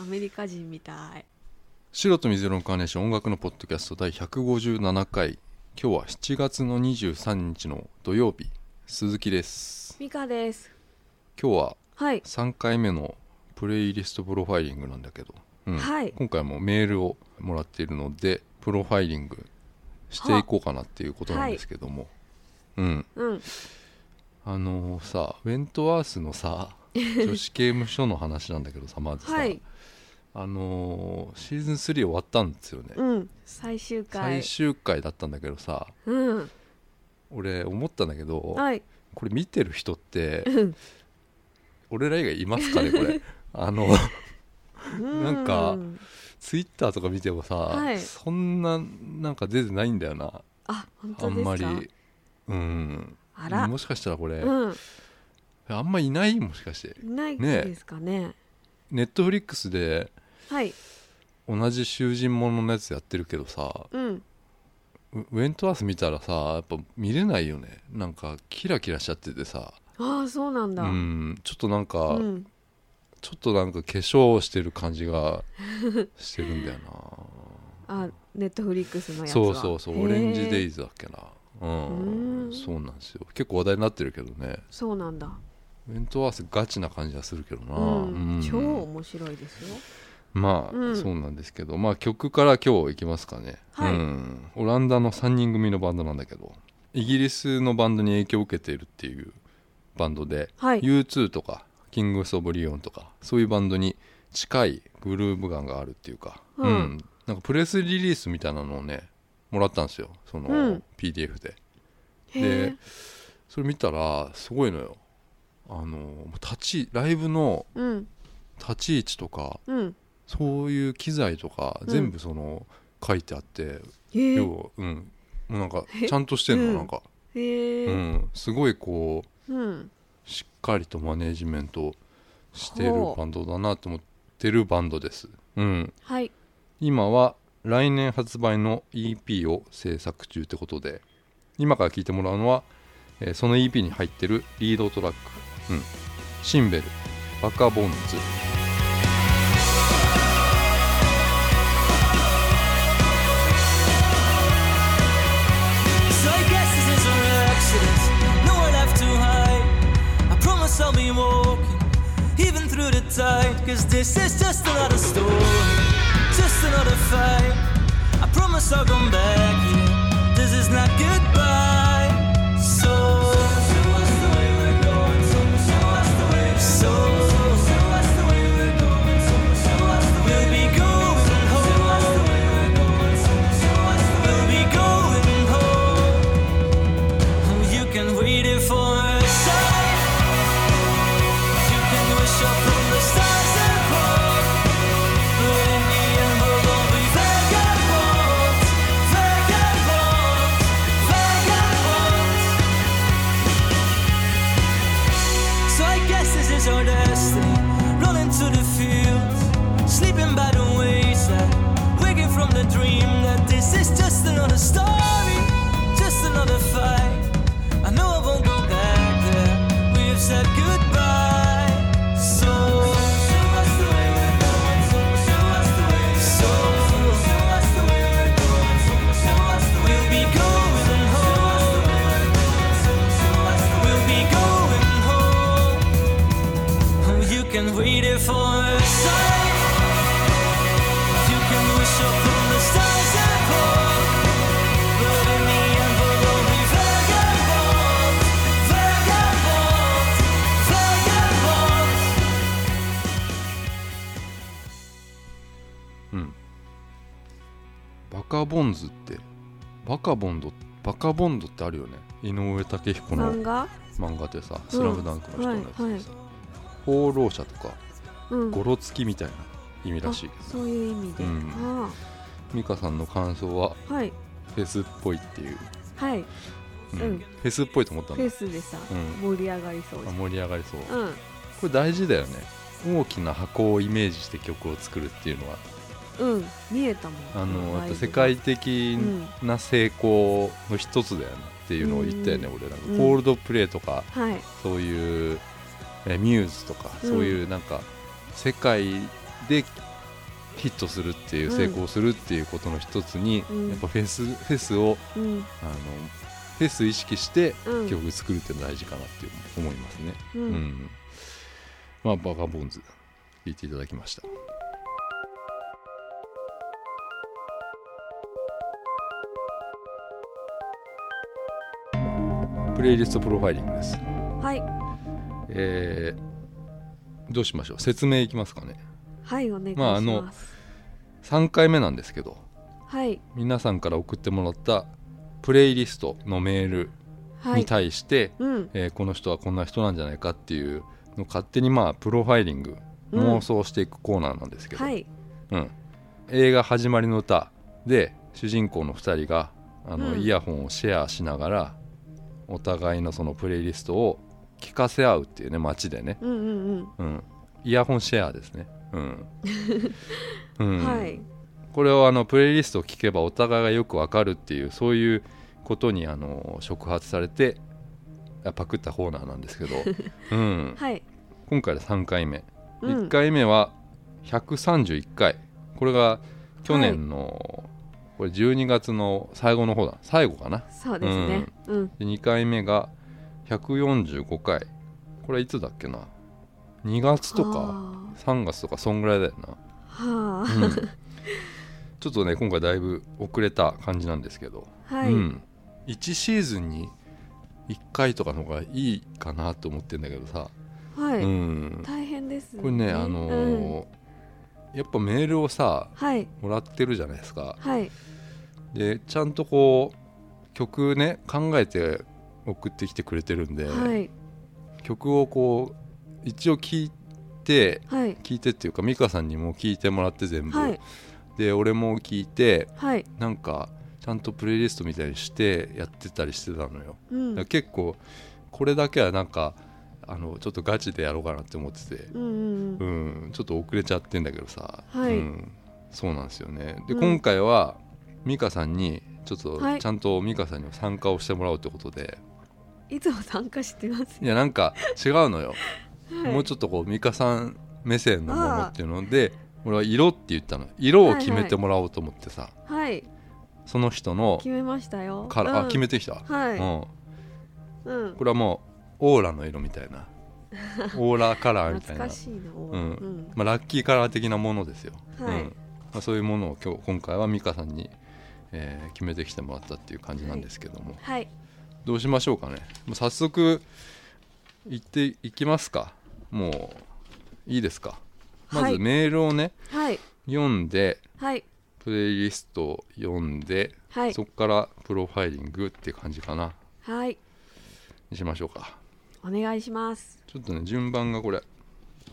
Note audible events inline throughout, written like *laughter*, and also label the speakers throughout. Speaker 1: アメリカ人みたい
Speaker 2: 白と水色のカーネーション音楽のポッドキャスト第157回今日は7月の23日の土曜日鈴木です
Speaker 1: ミカです
Speaker 2: 今日は
Speaker 1: はい
Speaker 2: 3回目のプレイリストプロファイリングなんだけど、うん
Speaker 1: はい
Speaker 2: 今回もメールをもらっているのでプロファイリングしていこうかなっていうことなんですけども、うん
Speaker 1: うん
Speaker 2: あのさウェントワースのさ
Speaker 1: *laughs*
Speaker 2: 女子刑務所の話なんだけどさまずさ、
Speaker 1: はい
Speaker 2: あのーシーズン3終わったんですよね、
Speaker 1: うん最終回
Speaker 2: 最終回だったんだけどさ
Speaker 1: うん
Speaker 2: 俺思ったんだけど、
Speaker 1: はい
Speaker 2: これ見てる人って
Speaker 1: うん
Speaker 2: 俺ら以外いますかねこ
Speaker 1: *laughs*
Speaker 2: れあのなんか
Speaker 1: うん
Speaker 2: ツイッターとか見てもさ、
Speaker 1: はい
Speaker 2: そんななんか出てないんだよな
Speaker 1: あ本
Speaker 2: あ
Speaker 1: 当
Speaker 2: ん
Speaker 1: ですか
Speaker 2: まりうん
Speaker 1: あら
Speaker 2: もしかしたらこれ、
Speaker 1: うん
Speaker 2: あんまいないもしかして
Speaker 1: いない
Speaker 2: ね
Speaker 1: ですかね
Speaker 2: ネットフリックスで
Speaker 1: はい
Speaker 2: 同じ囚人もののやつやってるけどさ
Speaker 1: うん
Speaker 2: ウウェントワース見たらさやっぱ見れないよねなんかキラキラしちゃっててさ
Speaker 1: ああそうなん
Speaker 2: う
Speaker 1: だ
Speaker 2: んちょっとなんか、
Speaker 1: うん
Speaker 2: ちょっとなんか化粧をしてる感じがしてるんだよ
Speaker 1: *laughs* あネットフリックスのや
Speaker 2: な
Speaker 1: つは
Speaker 2: そうそうそうオレンジデ
Speaker 1: ズ
Speaker 2: イズだっけなう
Speaker 1: うー
Speaker 2: ん
Speaker 1: ん
Speaker 2: そうなんですよ結構話題になってるけどね
Speaker 1: そうなんだ
Speaker 2: ウェントワースガチな感じはするけどな、
Speaker 1: うん
Speaker 2: うん
Speaker 1: 超面白いですよ
Speaker 2: まあ、
Speaker 1: うん
Speaker 2: そうなんですけどまあ曲から今日いきますかね、
Speaker 1: はい
Speaker 2: うん、オランダの3人組のバンドなんだけどイギリスのバンドに影響を受けているっていうバンドで、
Speaker 1: はい
Speaker 2: U2 とかキングス・オブ・リオンとかそういうバンドに近いグルーヴ感があるっていうか、
Speaker 1: うん
Speaker 2: なんかプレスリリースみたいなのをねもらったんですよその
Speaker 1: うん
Speaker 2: PDF で、
Speaker 1: へ
Speaker 2: で
Speaker 1: え
Speaker 2: それ見たらすごいのよあの立ちライブの
Speaker 1: うん
Speaker 2: 立ち位置とか
Speaker 1: うん
Speaker 2: そういう機材とか
Speaker 1: うん
Speaker 2: 全部その、書いてあって
Speaker 1: へえ
Speaker 2: 要はうんもうなんかちゃんとしてん
Speaker 1: う
Speaker 2: の
Speaker 1: ん
Speaker 2: なんか、
Speaker 1: へ
Speaker 2: う
Speaker 1: え
Speaker 2: ん、すごいこう
Speaker 1: うん
Speaker 2: しっかりとマネージメントしてる
Speaker 1: ほう
Speaker 2: バンドだなと思ってるバンドです、うん、
Speaker 1: はい
Speaker 2: 今は来年発売の EP を制作中ってことで今から聴いてもらうのは、えーその EP に入ってるリードトラック「うん、シンベル」「バカボンズ」
Speaker 3: So I guess this is a real accident. Nowhere left to hide. I promise I'll be walking, even through the tide. Cause this is just another story, just another fight. I promise I'll come back here. This is not goodbye. So, so that's the way we're going. So, so that's the way. So, so, so that's the way we're going. So, so that's the way we'll be going home. So that's the way we're going. So, so that's the way we'll be going home. You can wait it for a sign. You can wish upon the stars above. But in the end, we'll all be vagabonds, vagabonds, vagabonds. So I guess this is our destiny. Rolling to the fields, sleeping by the wayside, waking from the dream that this is just another story, just another fight. I know I won't go back there. We've said goodbye. So. so that's the way we're going. So, so that's the way. So, so that's the way we're going. So, so that's the way we'll be going home. So, so that's the way we'll be going home. You can wait it for a sign. You can wish upon the stars above. But in the end, we'll all be vagabonds, vagabonds, vagabonds.
Speaker 2: バカボンズってバカボンドバカボンドってあるよね井上武彦の
Speaker 1: 漫画
Speaker 2: 漫画でさ「
Speaker 1: うん
Speaker 2: スラムダンクの人のやつ
Speaker 1: はいは
Speaker 2: で
Speaker 1: い
Speaker 2: さ、放浪者とか
Speaker 1: うん
Speaker 2: ゴロつきみたいな意味らしい
Speaker 1: あそういう意味で、
Speaker 2: うん
Speaker 1: あ
Speaker 2: 美香さんの感想は
Speaker 1: あはい
Speaker 2: フェスっぽいっていう、
Speaker 1: はい
Speaker 2: うん
Speaker 1: うん
Speaker 2: フェスっぽいと思ったん
Speaker 1: フ
Speaker 2: だ
Speaker 1: ェスでさ、
Speaker 2: うん
Speaker 1: 盛り上がりそう
Speaker 2: あ
Speaker 1: じ
Speaker 2: 盛り上がりそう、
Speaker 1: ゃんうん
Speaker 2: これ大事だよね大きな箱をイメージして曲を作るっていうのは
Speaker 1: うん見えたもん
Speaker 2: あのや
Speaker 1: ライ
Speaker 2: っ
Speaker 1: ブ
Speaker 2: ぱ
Speaker 1: で
Speaker 2: 世界的な成功の一つだよねっていうのを言ったよね、俺なんか、コールドプレイとか
Speaker 1: はい
Speaker 2: そういうえーミューズとか、
Speaker 1: うん
Speaker 2: そういうなんか世界でヒットするっていう
Speaker 1: うん
Speaker 2: 成功するっていうことの一つに、
Speaker 1: うん
Speaker 2: やっぱフェスフェスを
Speaker 1: うん
Speaker 2: あのフェス意識して
Speaker 1: うん
Speaker 2: 曲作るって大事かなって思いますね。
Speaker 1: う
Speaker 2: うん
Speaker 1: ん
Speaker 2: まあバカボンズ聴いていただきました。プレイリストプロファイリングです。
Speaker 1: はい
Speaker 2: えーどうしましょう説明いきますかね
Speaker 1: はいお願いし
Speaker 2: まああの
Speaker 1: ます、
Speaker 2: 3回目なんですけど
Speaker 1: はい
Speaker 2: 皆さんから送ってもらったプレイリストのメール
Speaker 1: は
Speaker 2: に
Speaker 1: い
Speaker 2: 対して、
Speaker 1: うん
Speaker 2: えーこの人はこんな人なんじゃないかっていうのを勝手にまあプロファイリング
Speaker 1: うん
Speaker 2: 妄想していくコーナーなんですけど、
Speaker 1: はい
Speaker 2: うん、映画「始まりの歌」で主人公の2人があの、
Speaker 1: うん
Speaker 2: イヤホンをシェアしながらお互いのそのプレイリストを聞かせ合うっていうね街でね、
Speaker 1: うんうん
Speaker 2: うん、イヤホンシェアですね。うん。
Speaker 1: *laughs* う
Speaker 2: うん
Speaker 1: んはい
Speaker 2: これをあのプレイリストを聞けばお互いがよくわかるっていうそういうことにあの触発されてあパクったコーナーな
Speaker 1: *laughs*
Speaker 2: んですけど、うん、
Speaker 1: はい
Speaker 2: 今回で3回目、
Speaker 1: う
Speaker 2: 1
Speaker 1: ん
Speaker 2: 回目は131回これが去年の、これ12月の最後の方だ最後かな
Speaker 1: そうですねうん
Speaker 2: で2回目が145回これはいつだっけな2月とか。
Speaker 1: は
Speaker 2: 3月とかそんぐらいだよ
Speaker 1: あ *laughs*
Speaker 2: な、うんちょっとね今回だいぶ遅れた感じなんですけど、
Speaker 1: ははい
Speaker 2: うん、1シーズンに1回とかの方がいいかなと思ってんだけどさ、
Speaker 1: はい、
Speaker 2: うん、
Speaker 1: 大変です
Speaker 2: これねあの
Speaker 1: うん
Speaker 2: ーやっぱメールをさ
Speaker 1: はい
Speaker 2: もらってるじゃないですか
Speaker 1: はい
Speaker 2: でちゃんとこう曲ね考えて送ってきてくれてるんで、
Speaker 1: はい
Speaker 2: 曲をこう一応聞いて
Speaker 1: はい
Speaker 2: 聞いてっていうか美香さんにも聞いてもらって全部、
Speaker 1: はい
Speaker 2: で俺も聞いて
Speaker 1: はい
Speaker 2: なんかちゃんとプレイリストみたいにしてやってたりしてたのよ、
Speaker 1: う
Speaker 2: だ
Speaker 1: ん
Speaker 2: から結構これだけはなんかあのちょっとガチでやろうかなって思ってて
Speaker 1: うんうんう
Speaker 2: うんん、ちょっと遅れちゃってんだけどさ、
Speaker 1: はい
Speaker 2: うん、そうなんですよねで、
Speaker 1: うん
Speaker 2: 今回は美香さんにちょっと
Speaker 1: はい
Speaker 2: ちゃんと美香さんにも参加をしてもらおうってことで、
Speaker 1: いつも参加してます
Speaker 2: い、やなんか違うのよ、もうちょ
Speaker 1: っ
Speaker 2: っとこう美香さん目線のものっていうので俺は色って言ったの色を決めてもらおうと思ってさ、
Speaker 1: とはい
Speaker 2: その人の
Speaker 1: 決めましたよ
Speaker 2: から、
Speaker 1: う
Speaker 2: あ
Speaker 1: ん
Speaker 2: 決めてきた、
Speaker 1: はい
Speaker 2: うん、
Speaker 1: うん
Speaker 2: これはもうオーラの色みた
Speaker 1: *laughs*
Speaker 2: いなオーラカラーみたい
Speaker 1: 懐
Speaker 2: な
Speaker 1: か、しいな
Speaker 2: うん
Speaker 1: うん
Speaker 2: まあ、ラッキーカラー的なものですよ、
Speaker 1: はい
Speaker 2: うんまあ、そういうものを今日今回は美香さんに、えー決めてきてもらったっていう感じなんですけども、
Speaker 1: はい
Speaker 2: どうしましょうかねもう早速行っていきますかもういいですかま
Speaker 1: は
Speaker 2: ず
Speaker 1: い
Speaker 2: メールをね、
Speaker 1: はい
Speaker 2: 読んで
Speaker 1: はい
Speaker 2: プレイリストを読んで、
Speaker 1: はい
Speaker 2: そこからプロファイリングって感じかな
Speaker 1: はい
Speaker 2: にしましょうか
Speaker 1: お願いします
Speaker 2: ちょっとね順番がこれ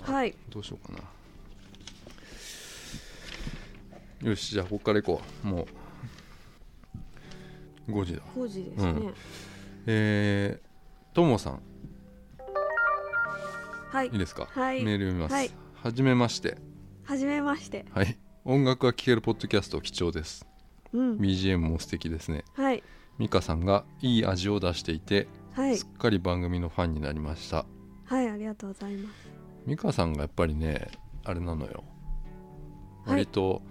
Speaker 1: はい
Speaker 2: どうしようかなよしじゃあここから行こうもう5時だ
Speaker 1: 工事ですね
Speaker 2: えー、ともさん
Speaker 1: はい
Speaker 2: いいですか、
Speaker 1: はい
Speaker 2: メール読みます、
Speaker 1: はい
Speaker 2: じめまして
Speaker 1: はじめまして
Speaker 2: はい音楽が聴けるポッドキャスト貴重です
Speaker 1: うん
Speaker 2: BGM も素敵ですね
Speaker 1: はい
Speaker 2: 美香さんがいい味を出していて、
Speaker 1: はい
Speaker 2: すっかり番組のファンになりました
Speaker 1: はいありがとうございます
Speaker 2: 美香さんがやっぱりねあれなのよ
Speaker 1: はい
Speaker 2: 割と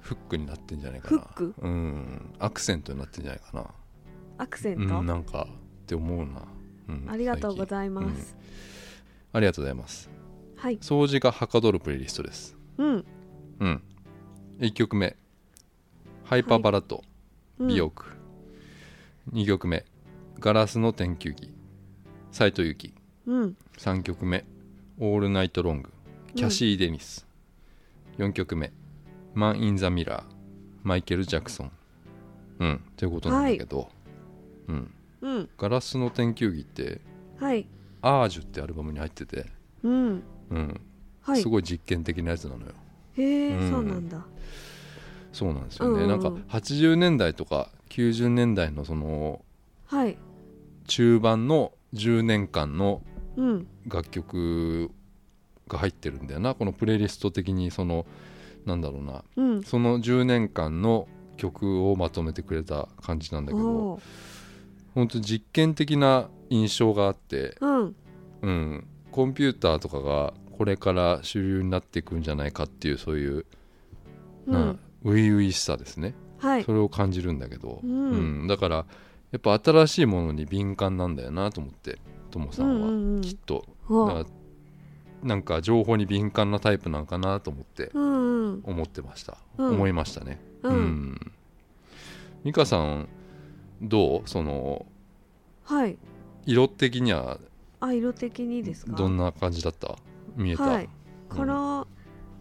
Speaker 2: フックになってんじゃないかな、
Speaker 1: フック
Speaker 2: うんアクセントになってんじゃないかな、
Speaker 1: アクセ
Speaker 2: う
Speaker 1: ント
Speaker 2: ん、なんかって思うな、うん
Speaker 1: ありがとうご
Speaker 2: 最
Speaker 1: ざいま
Speaker 2: 最
Speaker 1: す
Speaker 2: 近ありがとうございます
Speaker 1: はい
Speaker 2: 掃除がはかどるプレイリストです
Speaker 1: うん
Speaker 2: うん1曲目ハイパーバラと
Speaker 1: うん
Speaker 2: 美容区、2曲目ガラスの天球儀斎藤由貴
Speaker 1: うん
Speaker 2: 3曲目「オールナイトロング」キャシー・デニス、4曲目「マン・イン・ザ・ミラー」マイケル・ジャクソンうんということなんだけど、うん、
Speaker 1: うん
Speaker 2: ガラスの天球儀って
Speaker 1: はい
Speaker 2: 「アージュ」ってアルバムに入ってて、
Speaker 1: うん
Speaker 2: うん
Speaker 1: はい
Speaker 2: すごい実験的なやつなのよ
Speaker 1: へ
Speaker 2: う
Speaker 1: え
Speaker 2: ん
Speaker 1: そうなんだ
Speaker 2: そうなんですよね、
Speaker 1: うん
Speaker 2: なんか80年代とか90年代のその
Speaker 1: はい
Speaker 2: 中盤の10年間の
Speaker 1: うん
Speaker 2: 楽曲が入ってるんだよなこのプレイリスト的にそのなんだろうな
Speaker 1: うん
Speaker 2: その10年間の曲をまとめてくれた感じなんだけど
Speaker 1: おー
Speaker 2: 本当実験的な印象があって、
Speaker 1: うん
Speaker 2: うん、コンピューターとかがこれから主流になっていくんじゃないかっていうそういう
Speaker 1: う
Speaker 2: なん
Speaker 1: ん、
Speaker 2: 初々しさですね
Speaker 1: はい
Speaker 2: それを感じるんだけど、
Speaker 1: うん
Speaker 2: うんだからやっぱ新しいものに敏感なんだよなと思ってともさんは、
Speaker 1: うんうんうん
Speaker 2: きっとだ
Speaker 1: お
Speaker 2: からなんか情報に敏感なタイプなんかなと思って
Speaker 1: うんうん
Speaker 2: 思ってました、
Speaker 1: うん
Speaker 2: 思いましたね
Speaker 1: う
Speaker 2: うんん美香さんどうその
Speaker 1: はい
Speaker 2: 色的には
Speaker 1: あ色的にですか
Speaker 2: どんな感じだった見えた、
Speaker 1: はい
Speaker 2: うん
Speaker 1: この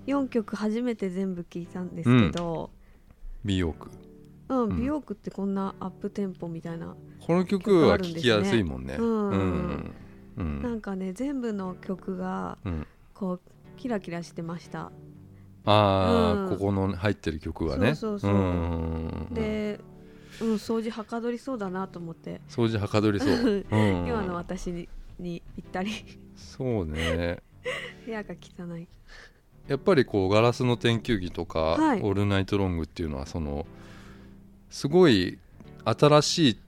Speaker 1: 4曲初めて全部聴いたんですけど、
Speaker 2: 美容区
Speaker 1: うん
Speaker 2: うん
Speaker 1: 美容区ってこんなアップテンポみたいな、
Speaker 2: この曲は聴きやすいもんね
Speaker 1: うん
Speaker 2: うんう
Speaker 1: なんんかね全部の曲が
Speaker 2: うん
Speaker 1: こうキラキラしてました、
Speaker 2: ああ、
Speaker 1: うん
Speaker 2: ここの入ってる曲はね
Speaker 1: そうそうそうんで、うん、掃除はかどりそうだなと思って、
Speaker 2: 掃除はかどりそう、
Speaker 1: *laughs*
Speaker 2: うん
Speaker 1: 今の私にに行ったり *laughs*
Speaker 2: そうね
Speaker 1: 部屋が汚い
Speaker 2: やっぱりこう「ガラスの天球儀」とか、
Speaker 1: はい
Speaker 2: オールナイトロング」っていうのはそのすごい新しい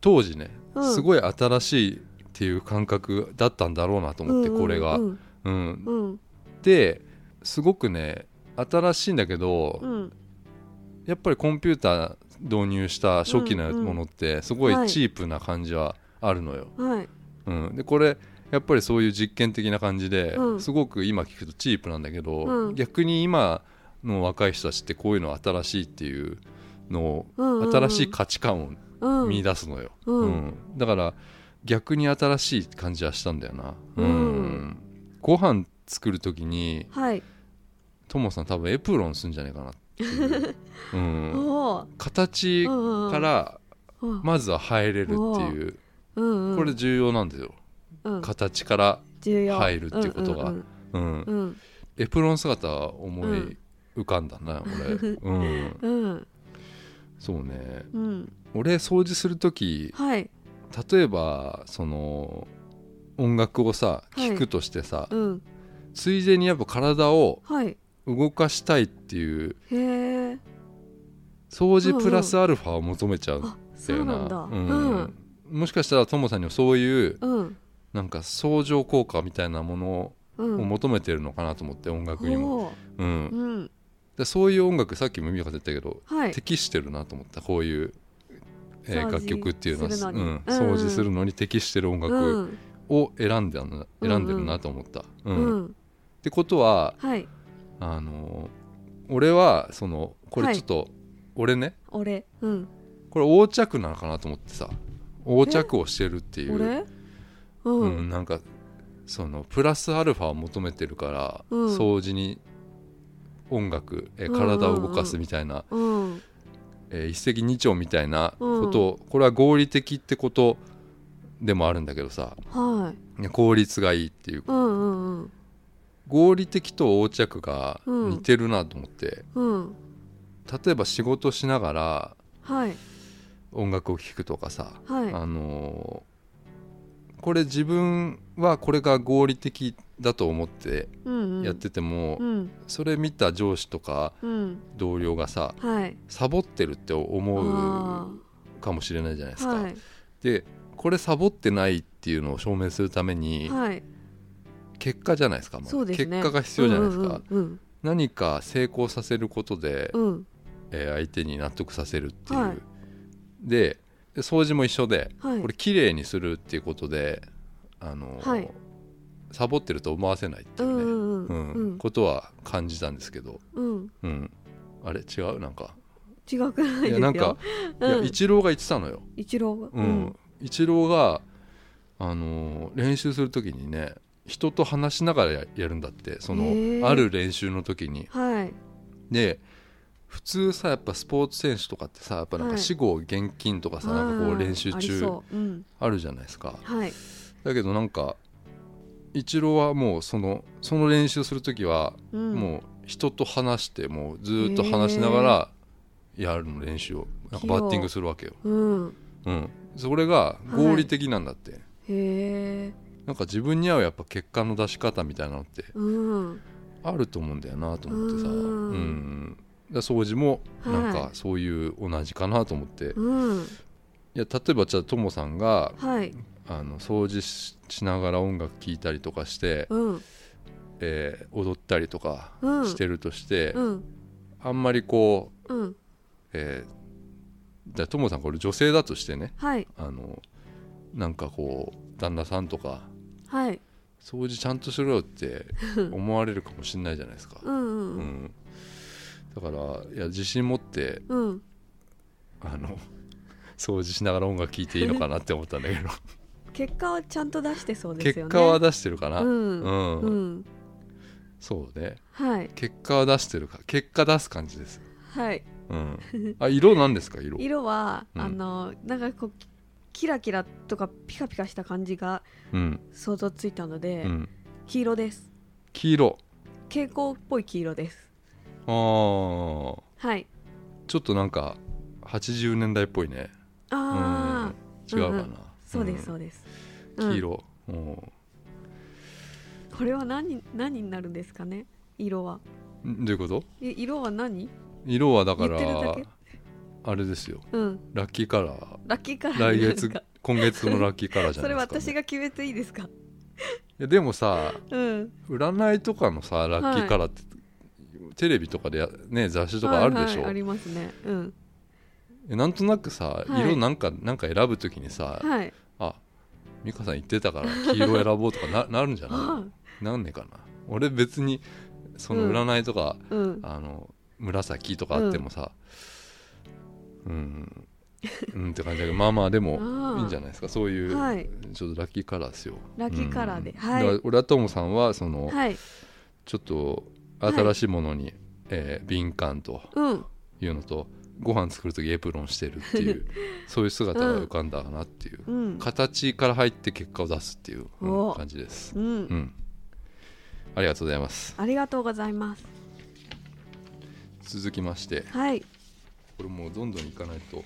Speaker 2: 当時ね、
Speaker 1: うん
Speaker 2: すごい新しいっていう感覚だったんだろうなと思って、
Speaker 1: うんうん
Speaker 2: これが、
Speaker 1: う
Speaker 2: うん
Speaker 1: んうん
Speaker 2: ですごくね新しいんだけど、
Speaker 1: うん
Speaker 2: やっぱりコンピューター導入した初期のものってすごい
Speaker 1: はい
Speaker 2: チープな感じはあるのよ、
Speaker 1: はい
Speaker 2: うん、でこれやっぱりそういう実験的な感じで、
Speaker 1: うん
Speaker 2: すごく今聞くとチープなんだけど、
Speaker 1: うん
Speaker 2: 逆に今の若い人たちってこういうの新しいっていうのを、
Speaker 1: うんうんうん
Speaker 2: 新しい価値観
Speaker 1: う
Speaker 2: を
Speaker 1: ん
Speaker 2: 見出すのよ、
Speaker 1: うん
Speaker 2: うんだから逆に新しい感じはしたんだよな、
Speaker 1: うん
Speaker 2: ご飯作る時に
Speaker 1: はい
Speaker 2: ともさん多分エプロンするんじゃないかなって
Speaker 1: *laughs*
Speaker 2: いう、うん、
Speaker 1: おー
Speaker 2: 形
Speaker 1: うんうん
Speaker 2: から
Speaker 1: うん
Speaker 2: まずは入れるっていう、
Speaker 1: うんうん
Speaker 2: これ重要なんだよ
Speaker 1: うん
Speaker 2: 形から
Speaker 1: 重要
Speaker 2: 入るっていうこと
Speaker 1: う
Speaker 2: が
Speaker 1: ん
Speaker 2: うん
Speaker 1: う、ん
Speaker 2: エプロン姿は思い浮かんだな、
Speaker 1: *laughs*
Speaker 2: 俺、うん、
Speaker 1: うんうん
Speaker 2: そうね
Speaker 1: うんうん
Speaker 2: 俺掃除する時
Speaker 1: はい
Speaker 2: 例えばその音楽をさ
Speaker 1: はい
Speaker 2: 聴くとしてさ、
Speaker 1: うん
Speaker 2: ついでにやっぱ体を
Speaker 1: はい
Speaker 2: 動かしたいっていう
Speaker 1: へえ
Speaker 2: 掃除プラスアルファを求めちゃうんだ
Speaker 1: あそ
Speaker 2: よ
Speaker 1: う
Speaker 2: な,、
Speaker 1: なんだう
Speaker 2: うん
Speaker 1: ん
Speaker 2: もしかしたらともさんにもそういう
Speaker 1: うん
Speaker 2: なんか相乗効果みたいなもの
Speaker 1: う
Speaker 2: を
Speaker 1: ん
Speaker 2: 求めてるのかなと思って音楽にも、
Speaker 1: おー
Speaker 2: うん、
Speaker 1: うん
Speaker 2: でそういう音楽さっきも美香さん言ったけど
Speaker 1: はい
Speaker 2: 適してるなと思ったこういう、えー
Speaker 1: 掃除
Speaker 2: 楽曲っていうのは
Speaker 1: するのに
Speaker 2: うん
Speaker 1: うんうん
Speaker 2: 掃除するのに適してる音
Speaker 1: う
Speaker 2: 楽
Speaker 1: ん
Speaker 2: を選んでるな、
Speaker 1: うん
Speaker 2: 選んでるなと思った。う
Speaker 1: うんん
Speaker 2: ってことは
Speaker 1: はい
Speaker 2: あのー俺はそのこれちょっと、俺ね
Speaker 1: 俺うん
Speaker 2: これ横着なのかなと思ってさ横着をしてるっていう、
Speaker 1: 俺
Speaker 2: う
Speaker 1: うんん
Speaker 2: なんかそのプラスアルファを求めてるから、
Speaker 1: うん
Speaker 2: 掃除に音楽、えー
Speaker 1: うんうんうん
Speaker 2: 体を動かすみたいな
Speaker 1: うん
Speaker 2: えー一石二鳥みたいなことを、これは合理的ってことでもあるんだけどさ
Speaker 1: はい
Speaker 2: 効率がいいっていう
Speaker 1: うんうんうん
Speaker 2: 合理的と横着が
Speaker 1: うん
Speaker 2: 似てるなと思って、
Speaker 1: うん
Speaker 2: 例えば仕事しながら
Speaker 1: はい
Speaker 2: 音楽を聴くとかさ、
Speaker 1: はい
Speaker 2: あのーこれ自分はこれが合理的だと思って
Speaker 1: うんうん
Speaker 2: やってても、
Speaker 1: うん
Speaker 2: それ見た上司とか
Speaker 1: うん
Speaker 2: 同僚がさ
Speaker 1: はい
Speaker 2: サボってるって
Speaker 1: あ
Speaker 2: 思うかもしれないじゃないです
Speaker 1: ー
Speaker 2: か。
Speaker 1: はい
Speaker 2: でこれサボってないっていうのを証明するために、
Speaker 1: はい
Speaker 2: 結果じゃないですか、まあ
Speaker 1: そうですね
Speaker 2: 結果が必要じゃないですか、
Speaker 1: うん
Speaker 2: 何か成功させることで、
Speaker 1: うんうん
Speaker 2: えー相手に納得させるっていう、
Speaker 1: はい
Speaker 2: でで掃除も一緒で、
Speaker 1: はい
Speaker 2: これ綺麗にするっていうことであのー、
Speaker 1: はい
Speaker 2: サボってると思わせないって
Speaker 1: う
Speaker 2: い
Speaker 1: んう
Speaker 2: うね、
Speaker 1: んうんう
Speaker 2: うん
Speaker 1: ん
Speaker 2: ことは感じたんですけど、
Speaker 1: うん
Speaker 2: うん、あれ違うなんか
Speaker 1: 違くないですよ
Speaker 2: いやなんか、いや
Speaker 1: うん
Speaker 2: 一郎が言ってたのよ、
Speaker 1: 一郎が
Speaker 2: う
Speaker 1: うん
Speaker 2: ん、一郎が、あのー練習する時にね人と話しながらややるんだってそ
Speaker 1: へー
Speaker 2: のある練習の時に。
Speaker 1: はい
Speaker 2: で普通さやっぱスポーツ選手とかってさやっぱなん
Speaker 1: は
Speaker 2: か
Speaker 1: い
Speaker 2: 死後現金とかさ、なんかこう練習
Speaker 1: あり
Speaker 2: 中
Speaker 1: そううん
Speaker 2: あるじゃないですか。
Speaker 1: はい
Speaker 2: だけどなんか一郎はもうそのその練習する時は
Speaker 1: うん
Speaker 2: もう人と話してもうずーっと話しながらやるの練習をなんかバッティングするわけよ。
Speaker 1: うん
Speaker 2: うん、それが合理的なんだって。
Speaker 1: へえ
Speaker 2: なんか自分に合うやっぱ結果の出し方みたいなのって
Speaker 1: うん
Speaker 2: あると思うんだよなと思ってさ
Speaker 1: う
Speaker 2: うんんだから掃除もなん
Speaker 1: は
Speaker 2: か
Speaker 1: い
Speaker 2: そういう同じかなと思って、い、
Speaker 1: うん
Speaker 2: や例えばじゃあともさんが
Speaker 1: はい
Speaker 2: あの掃除ししながら音楽聴いたりとかして
Speaker 1: うん
Speaker 2: えー踊ったりとか
Speaker 1: うん
Speaker 2: してるとして、
Speaker 1: うん
Speaker 2: あんまりこう、
Speaker 1: うん
Speaker 2: えーじゃあともさんこれ女性だとしてね
Speaker 1: はい
Speaker 2: あのなんかこう旦那さんとか
Speaker 1: はい
Speaker 2: 掃除ちゃんとしろよって思われるかもしれないじゃないですか、
Speaker 1: うんうんうん
Speaker 2: んだからいや自信持って
Speaker 1: うん
Speaker 2: あの *laughs* 掃除しながら音楽聴いていいのかなって思ったんだけ
Speaker 1: *laughs*
Speaker 2: ど
Speaker 1: 結果をちゃんと出してそうですよ
Speaker 2: 結
Speaker 1: ね
Speaker 2: 果は出してるかな
Speaker 1: う
Speaker 2: うんん、
Speaker 1: うん
Speaker 2: そうね
Speaker 1: はい
Speaker 2: 結果は出してるか結果出す感じです
Speaker 1: はい
Speaker 2: うんあ色なんですか
Speaker 1: *laughs*
Speaker 2: 色
Speaker 1: 色は、
Speaker 2: うん
Speaker 1: あのなんかこうキラキラとかピカピカした感じが
Speaker 2: うん、
Speaker 1: 想像ついたので、
Speaker 2: うん、
Speaker 1: 黄色です
Speaker 2: 黄色
Speaker 1: 蛍光っぽい黄色です
Speaker 2: あー
Speaker 1: はい
Speaker 2: ちょっとなんか80年代っぽいね
Speaker 1: ああ、
Speaker 2: うん違うかな、
Speaker 1: うんんそうですそ
Speaker 2: ん
Speaker 1: うです、うん
Speaker 2: 黄色、うん
Speaker 1: これは何何になるんですかね色は
Speaker 2: どういうこと
Speaker 1: い色は何
Speaker 2: 色はだか
Speaker 1: 言ってるだ
Speaker 2: ら
Speaker 1: け
Speaker 2: あれですよ
Speaker 1: うん
Speaker 2: ラッキーカラー
Speaker 1: ラッキーカラー
Speaker 2: 来
Speaker 1: になる
Speaker 2: 月
Speaker 1: か
Speaker 2: 今月のラッキーカラーじゃ
Speaker 1: そ
Speaker 2: ない
Speaker 1: れ
Speaker 2: ですか、ね、
Speaker 1: 私が決めていいですか
Speaker 2: いやでもさ
Speaker 1: うん
Speaker 2: 占いとかのさラッキーカラーって、テレビとかでや、ね、雑誌とかあるでし
Speaker 1: はい
Speaker 2: ょ、
Speaker 1: はいありますねうん
Speaker 2: えなんとなくさ、
Speaker 1: はい
Speaker 2: 色なんかなんか選ぶときにさ、
Speaker 1: はい
Speaker 2: あ美香さん言ってたから黄色選ぼうと
Speaker 1: *laughs*
Speaker 2: かななるんじゃな
Speaker 1: あ
Speaker 2: いなんねえかな俺別にその占いとか、
Speaker 1: ーうん
Speaker 2: あの紫とかあってもさうん、うん、って感じだけどまあまあでも
Speaker 1: あー
Speaker 2: いいんじゃないですかそういう、
Speaker 1: はい
Speaker 2: ちょっとラッキーカラーですよ
Speaker 1: ラッキーカラーではい
Speaker 2: だから俺はトムさんはその、
Speaker 1: はい
Speaker 2: ちょっと新しいものに、えー敏感と
Speaker 1: うん
Speaker 2: いうのとご飯作る時エプロンしてるっていう
Speaker 1: *laughs*
Speaker 2: そういう姿が浮かんだかなっていう、
Speaker 1: うん
Speaker 2: 形から入って結果を出すっていう、うん
Speaker 1: お
Speaker 2: 感じです、
Speaker 1: うん
Speaker 2: うん、ありがとうございます
Speaker 1: ありがとうございます。
Speaker 2: 続きまして
Speaker 1: はい、
Speaker 2: これもうどんどんいかないと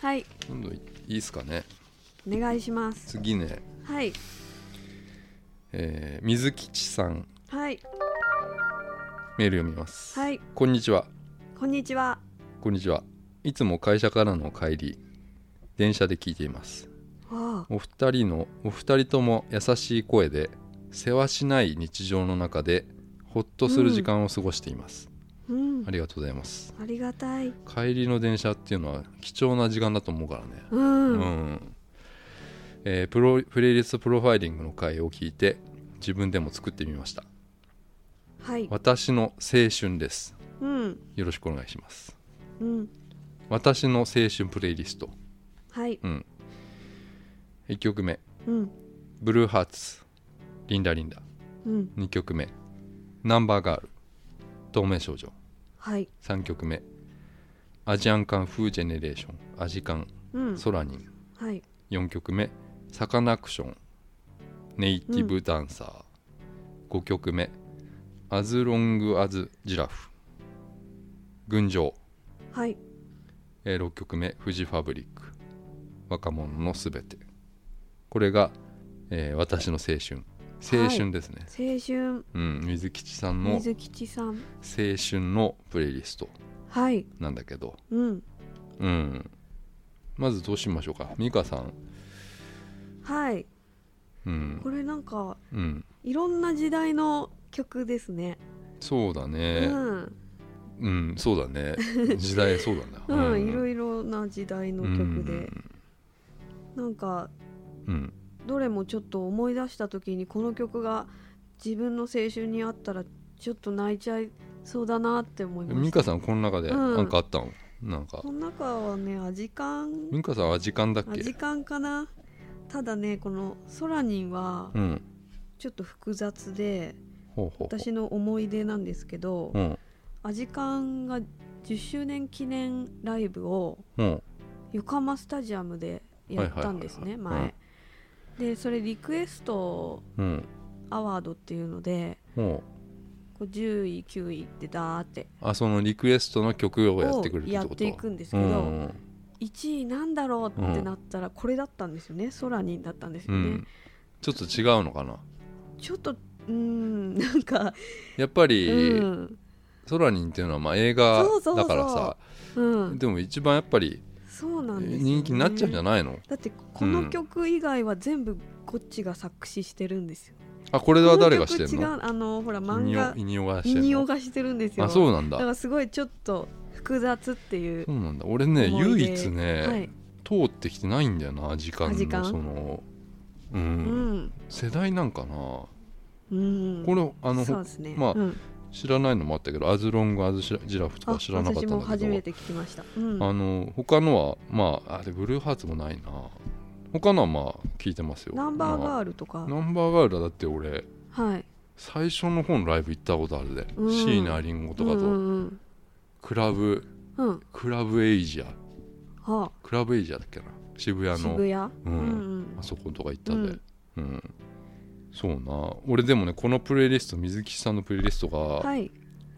Speaker 1: はい、
Speaker 2: どんどんいいいっすかね
Speaker 1: お願いします。
Speaker 2: 次ね、
Speaker 1: はい、
Speaker 2: えー水吉さん
Speaker 1: はい、
Speaker 2: メール読みます、
Speaker 1: はい
Speaker 2: こんにちは
Speaker 1: こんにちは。
Speaker 2: こんにちはいつも会社からの帰り電車で聞いています
Speaker 1: わあ、
Speaker 2: お二人のお二人とも優しい声で世話しない日常の中でほっとする時間を過ごしています、
Speaker 1: うん
Speaker 2: あ、りがとうございます
Speaker 1: ありがたい。
Speaker 2: 帰りの電車っていうのは貴重な時間だと思うからね
Speaker 1: う、
Speaker 2: うんえープロプレイリストプロファイリングの回を聞いて自分でも作ってみました
Speaker 1: はい、
Speaker 2: 私の青春です
Speaker 1: うん、
Speaker 2: よろしくお願いします
Speaker 1: うん、
Speaker 2: 私の青春プレイリスト
Speaker 1: はい、
Speaker 2: うん1曲目
Speaker 1: うん、
Speaker 2: ブルーハーツリンダリンダ
Speaker 1: うん、
Speaker 2: 2曲目「ナンバーガール」「透明少女
Speaker 1: はい、」
Speaker 2: 3曲目「アジアンカン風ジェネレーション」「アジカン」
Speaker 1: うん
Speaker 2: 「、ソラニン
Speaker 1: はい、」
Speaker 2: 4曲目「サカナクション」「ネイティブダンサー」5曲目「アズロングアズジラフ」「群青
Speaker 1: はい、」
Speaker 2: えー6曲目「フジファブリック」「若者のすべて」これが、えー私の青春青春ですね、
Speaker 1: 青春、
Speaker 2: うん水吉さんの青
Speaker 1: 水吉さん。
Speaker 2: 春のプレイリスト
Speaker 1: はい、
Speaker 2: なんだけど、
Speaker 1: うん、
Speaker 2: うん、まずどうしましょうか美香さん、
Speaker 1: はい、
Speaker 2: うん
Speaker 1: これなんか、
Speaker 2: うん、
Speaker 1: いろんな時代の曲ですね。
Speaker 2: そうだね
Speaker 1: うん、
Speaker 2: うん、そうだね時代そうだね
Speaker 1: *laughs* うん、いろ
Speaker 2: い
Speaker 1: いろな時代の曲で、なんか。
Speaker 2: うん
Speaker 1: どれもちょっと思い出した時にこの曲が自分の青春にあったらちょっと泣いちゃいそうだなって思い
Speaker 2: うん
Speaker 1: ま
Speaker 2: 美
Speaker 1: した
Speaker 2: 香さんこの中で
Speaker 1: うん
Speaker 2: 何かあったの、なんか
Speaker 1: この中はねアジカン
Speaker 2: 美香さんは時間だっ
Speaker 1: ア
Speaker 2: け
Speaker 1: ジカンかなただねこの「ソラニン」は
Speaker 2: うん
Speaker 1: ちょっと複雑で
Speaker 2: ほうほうほう
Speaker 1: 私の思い出なんですけど
Speaker 2: うん
Speaker 1: アジカンが10周年記念ライブを
Speaker 2: うん
Speaker 1: 横浜スタジアムでやったんですね
Speaker 2: はいはいはいはい
Speaker 1: 前でそれリクエスト
Speaker 2: うん
Speaker 1: アワードっていうので
Speaker 2: うん
Speaker 1: こう10位9位ってダーって
Speaker 2: あそのリクエストの曲をやってくれるって
Speaker 1: やっ
Speaker 2: こと
Speaker 1: ていくんですけ
Speaker 2: う
Speaker 1: ど、
Speaker 2: ん
Speaker 1: 1位なんだろうってなったらこれだったんですよね「空に」だったんです
Speaker 2: う
Speaker 1: よね、
Speaker 2: ん、ちょっと違うのかな
Speaker 1: ちょっとうーんなんか、
Speaker 2: やっぱ
Speaker 1: う
Speaker 2: り
Speaker 1: ん
Speaker 2: 「ソラニン」っていうのはまあ映画
Speaker 1: そうそうそう
Speaker 2: だからさ
Speaker 1: うん、
Speaker 2: でも一番やっぱり
Speaker 1: そうなんですよね、
Speaker 2: 人気になっちゃうんじゃ
Speaker 1: ない
Speaker 2: ないの
Speaker 1: だってこの曲以外は全部こっちが作詞してるんですよ
Speaker 2: あこれは誰がして
Speaker 1: こ
Speaker 2: ん
Speaker 1: の
Speaker 2: の
Speaker 1: 曲違うあのほら
Speaker 2: イ
Speaker 1: 漫
Speaker 2: ニオ
Speaker 1: 画
Speaker 2: イニオがして
Speaker 1: 引
Speaker 2: ん
Speaker 1: 用
Speaker 2: の
Speaker 1: がしてるんですよ
Speaker 2: あそうなん
Speaker 1: だ
Speaker 2: だ
Speaker 1: からすごいちょっと複雑っていう
Speaker 2: そうなんだ俺ね
Speaker 1: 思い出
Speaker 2: 唯一ね、
Speaker 1: はい
Speaker 2: 通ってきてないんだよな時間
Speaker 1: あ時間
Speaker 2: のそのうん、
Speaker 1: うん
Speaker 2: 世代なんかなこ
Speaker 1: うん
Speaker 2: れあの
Speaker 1: そうですね
Speaker 2: まあ
Speaker 1: うん
Speaker 2: 知らないのもあったけど「アズロング・アズ・ジラフ」と
Speaker 1: あ
Speaker 2: か知らなかったん
Speaker 1: 私も
Speaker 2: だけ
Speaker 1: 初
Speaker 2: ど
Speaker 1: めて聞きましたうん
Speaker 2: あの他のはまああれブルーハーツもないな他のはまあ聞いてますよ
Speaker 1: ナンバーガ
Speaker 2: ー
Speaker 1: ールとか
Speaker 2: ルナンバーガールはだって俺
Speaker 1: はい
Speaker 2: 最初の方のライブ行ったことあるで
Speaker 1: うん
Speaker 2: 椎名林檎とか
Speaker 1: うんう
Speaker 2: と
Speaker 1: ん
Speaker 2: クラブ
Speaker 1: うんうん
Speaker 2: クラブエイジア
Speaker 1: は
Speaker 2: クラブエイジアだっけな渋
Speaker 1: あ
Speaker 2: 谷の
Speaker 1: 渋谷
Speaker 2: う
Speaker 1: うんん
Speaker 2: あそことか行ったでうん、そうな俺でもねこのプレイリスト水木さんのプレイリストが、
Speaker 1: うんはい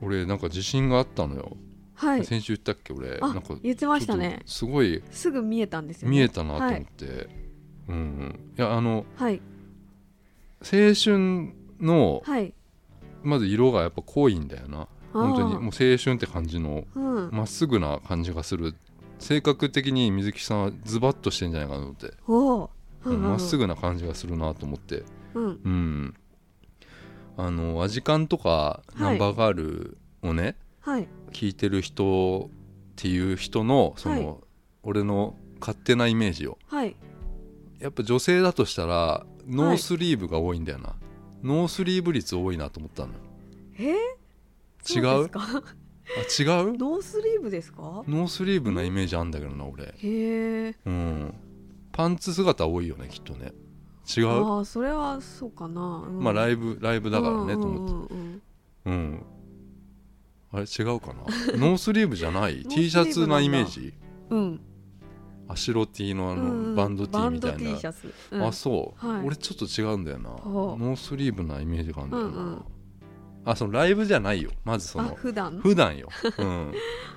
Speaker 2: 俺なんか自信があったのよ、
Speaker 1: はい
Speaker 2: 先週言ったっけ俺なん
Speaker 1: あ
Speaker 2: かちょっ
Speaker 1: 言ってましたね
Speaker 2: とすごい
Speaker 1: すぐ見えたんですよね
Speaker 2: 見えたなと思って、うんうんいやあの
Speaker 1: はい
Speaker 2: 青春の
Speaker 1: はい
Speaker 2: まず色がやっぱ濃いんだよな本当にもう青春って感じの
Speaker 1: 当にうん
Speaker 2: まっすぐな感じがする性格的に水木さんはズバッとしてんじゃないかなと思って
Speaker 1: おお
Speaker 2: うんまっす
Speaker 1: ぐ
Speaker 2: ぐな感じがするなと思って
Speaker 1: うん
Speaker 2: うんあの「アジカン」とか「
Speaker 1: い
Speaker 2: ナンバーガール」をね、
Speaker 1: はい
Speaker 2: 聞いてる人っていう人のその、
Speaker 1: は
Speaker 2: 俺の勝手なイメージを
Speaker 1: はい
Speaker 2: やっぱ女性だとしたらノースリーブが多いんだよな、ノースリーブ率多いなと思ったの
Speaker 1: えー
Speaker 2: 違
Speaker 1: そうで
Speaker 2: う
Speaker 1: すか *laughs*
Speaker 2: あ違う
Speaker 1: ノースリーブですか
Speaker 2: ノースリーブなイメージあんだけどな俺
Speaker 1: へえ
Speaker 2: うんパンツ姿多いよねきっと
Speaker 1: あ
Speaker 2: ね違う
Speaker 1: あーそれはそうかな
Speaker 2: まあラ
Speaker 1: イ
Speaker 2: イブライブ
Speaker 1: ブ
Speaker 2: だからねと思って
Speaker 1: って
Speaker 2: うんあれ違うかな *laughs* ノースリーブじゃない
Speaker 1: ノースリーブなんだ
Speaker 2: T シャツなイメージ
Speaker 1: うん
Speaker 2: アシロ T のあの、
Speaker 1: うんうん
Speaker 2: バンド T
Speaker 1: バン
Speaker 2: み
Speaker 1: ド
Speaker 2: たい
Speaker 1: T
Speaker 2: な
Speaker 1: シャツうん
Speaker 2: あそう、
Speaker 1: はい
Speaker 2: 俺ちょっと違うんだよな
Speaker 1: ほう
Speaker 2: ノースリーブなイメージがあるんだよな、
Speaker 1: うんうん
Speaker 2: あそのライブじゃないよまずそ
Speaker 1: あ
Speaker 2: の
Speaker 1: 普段
Speaker 2: 普段よ、うん、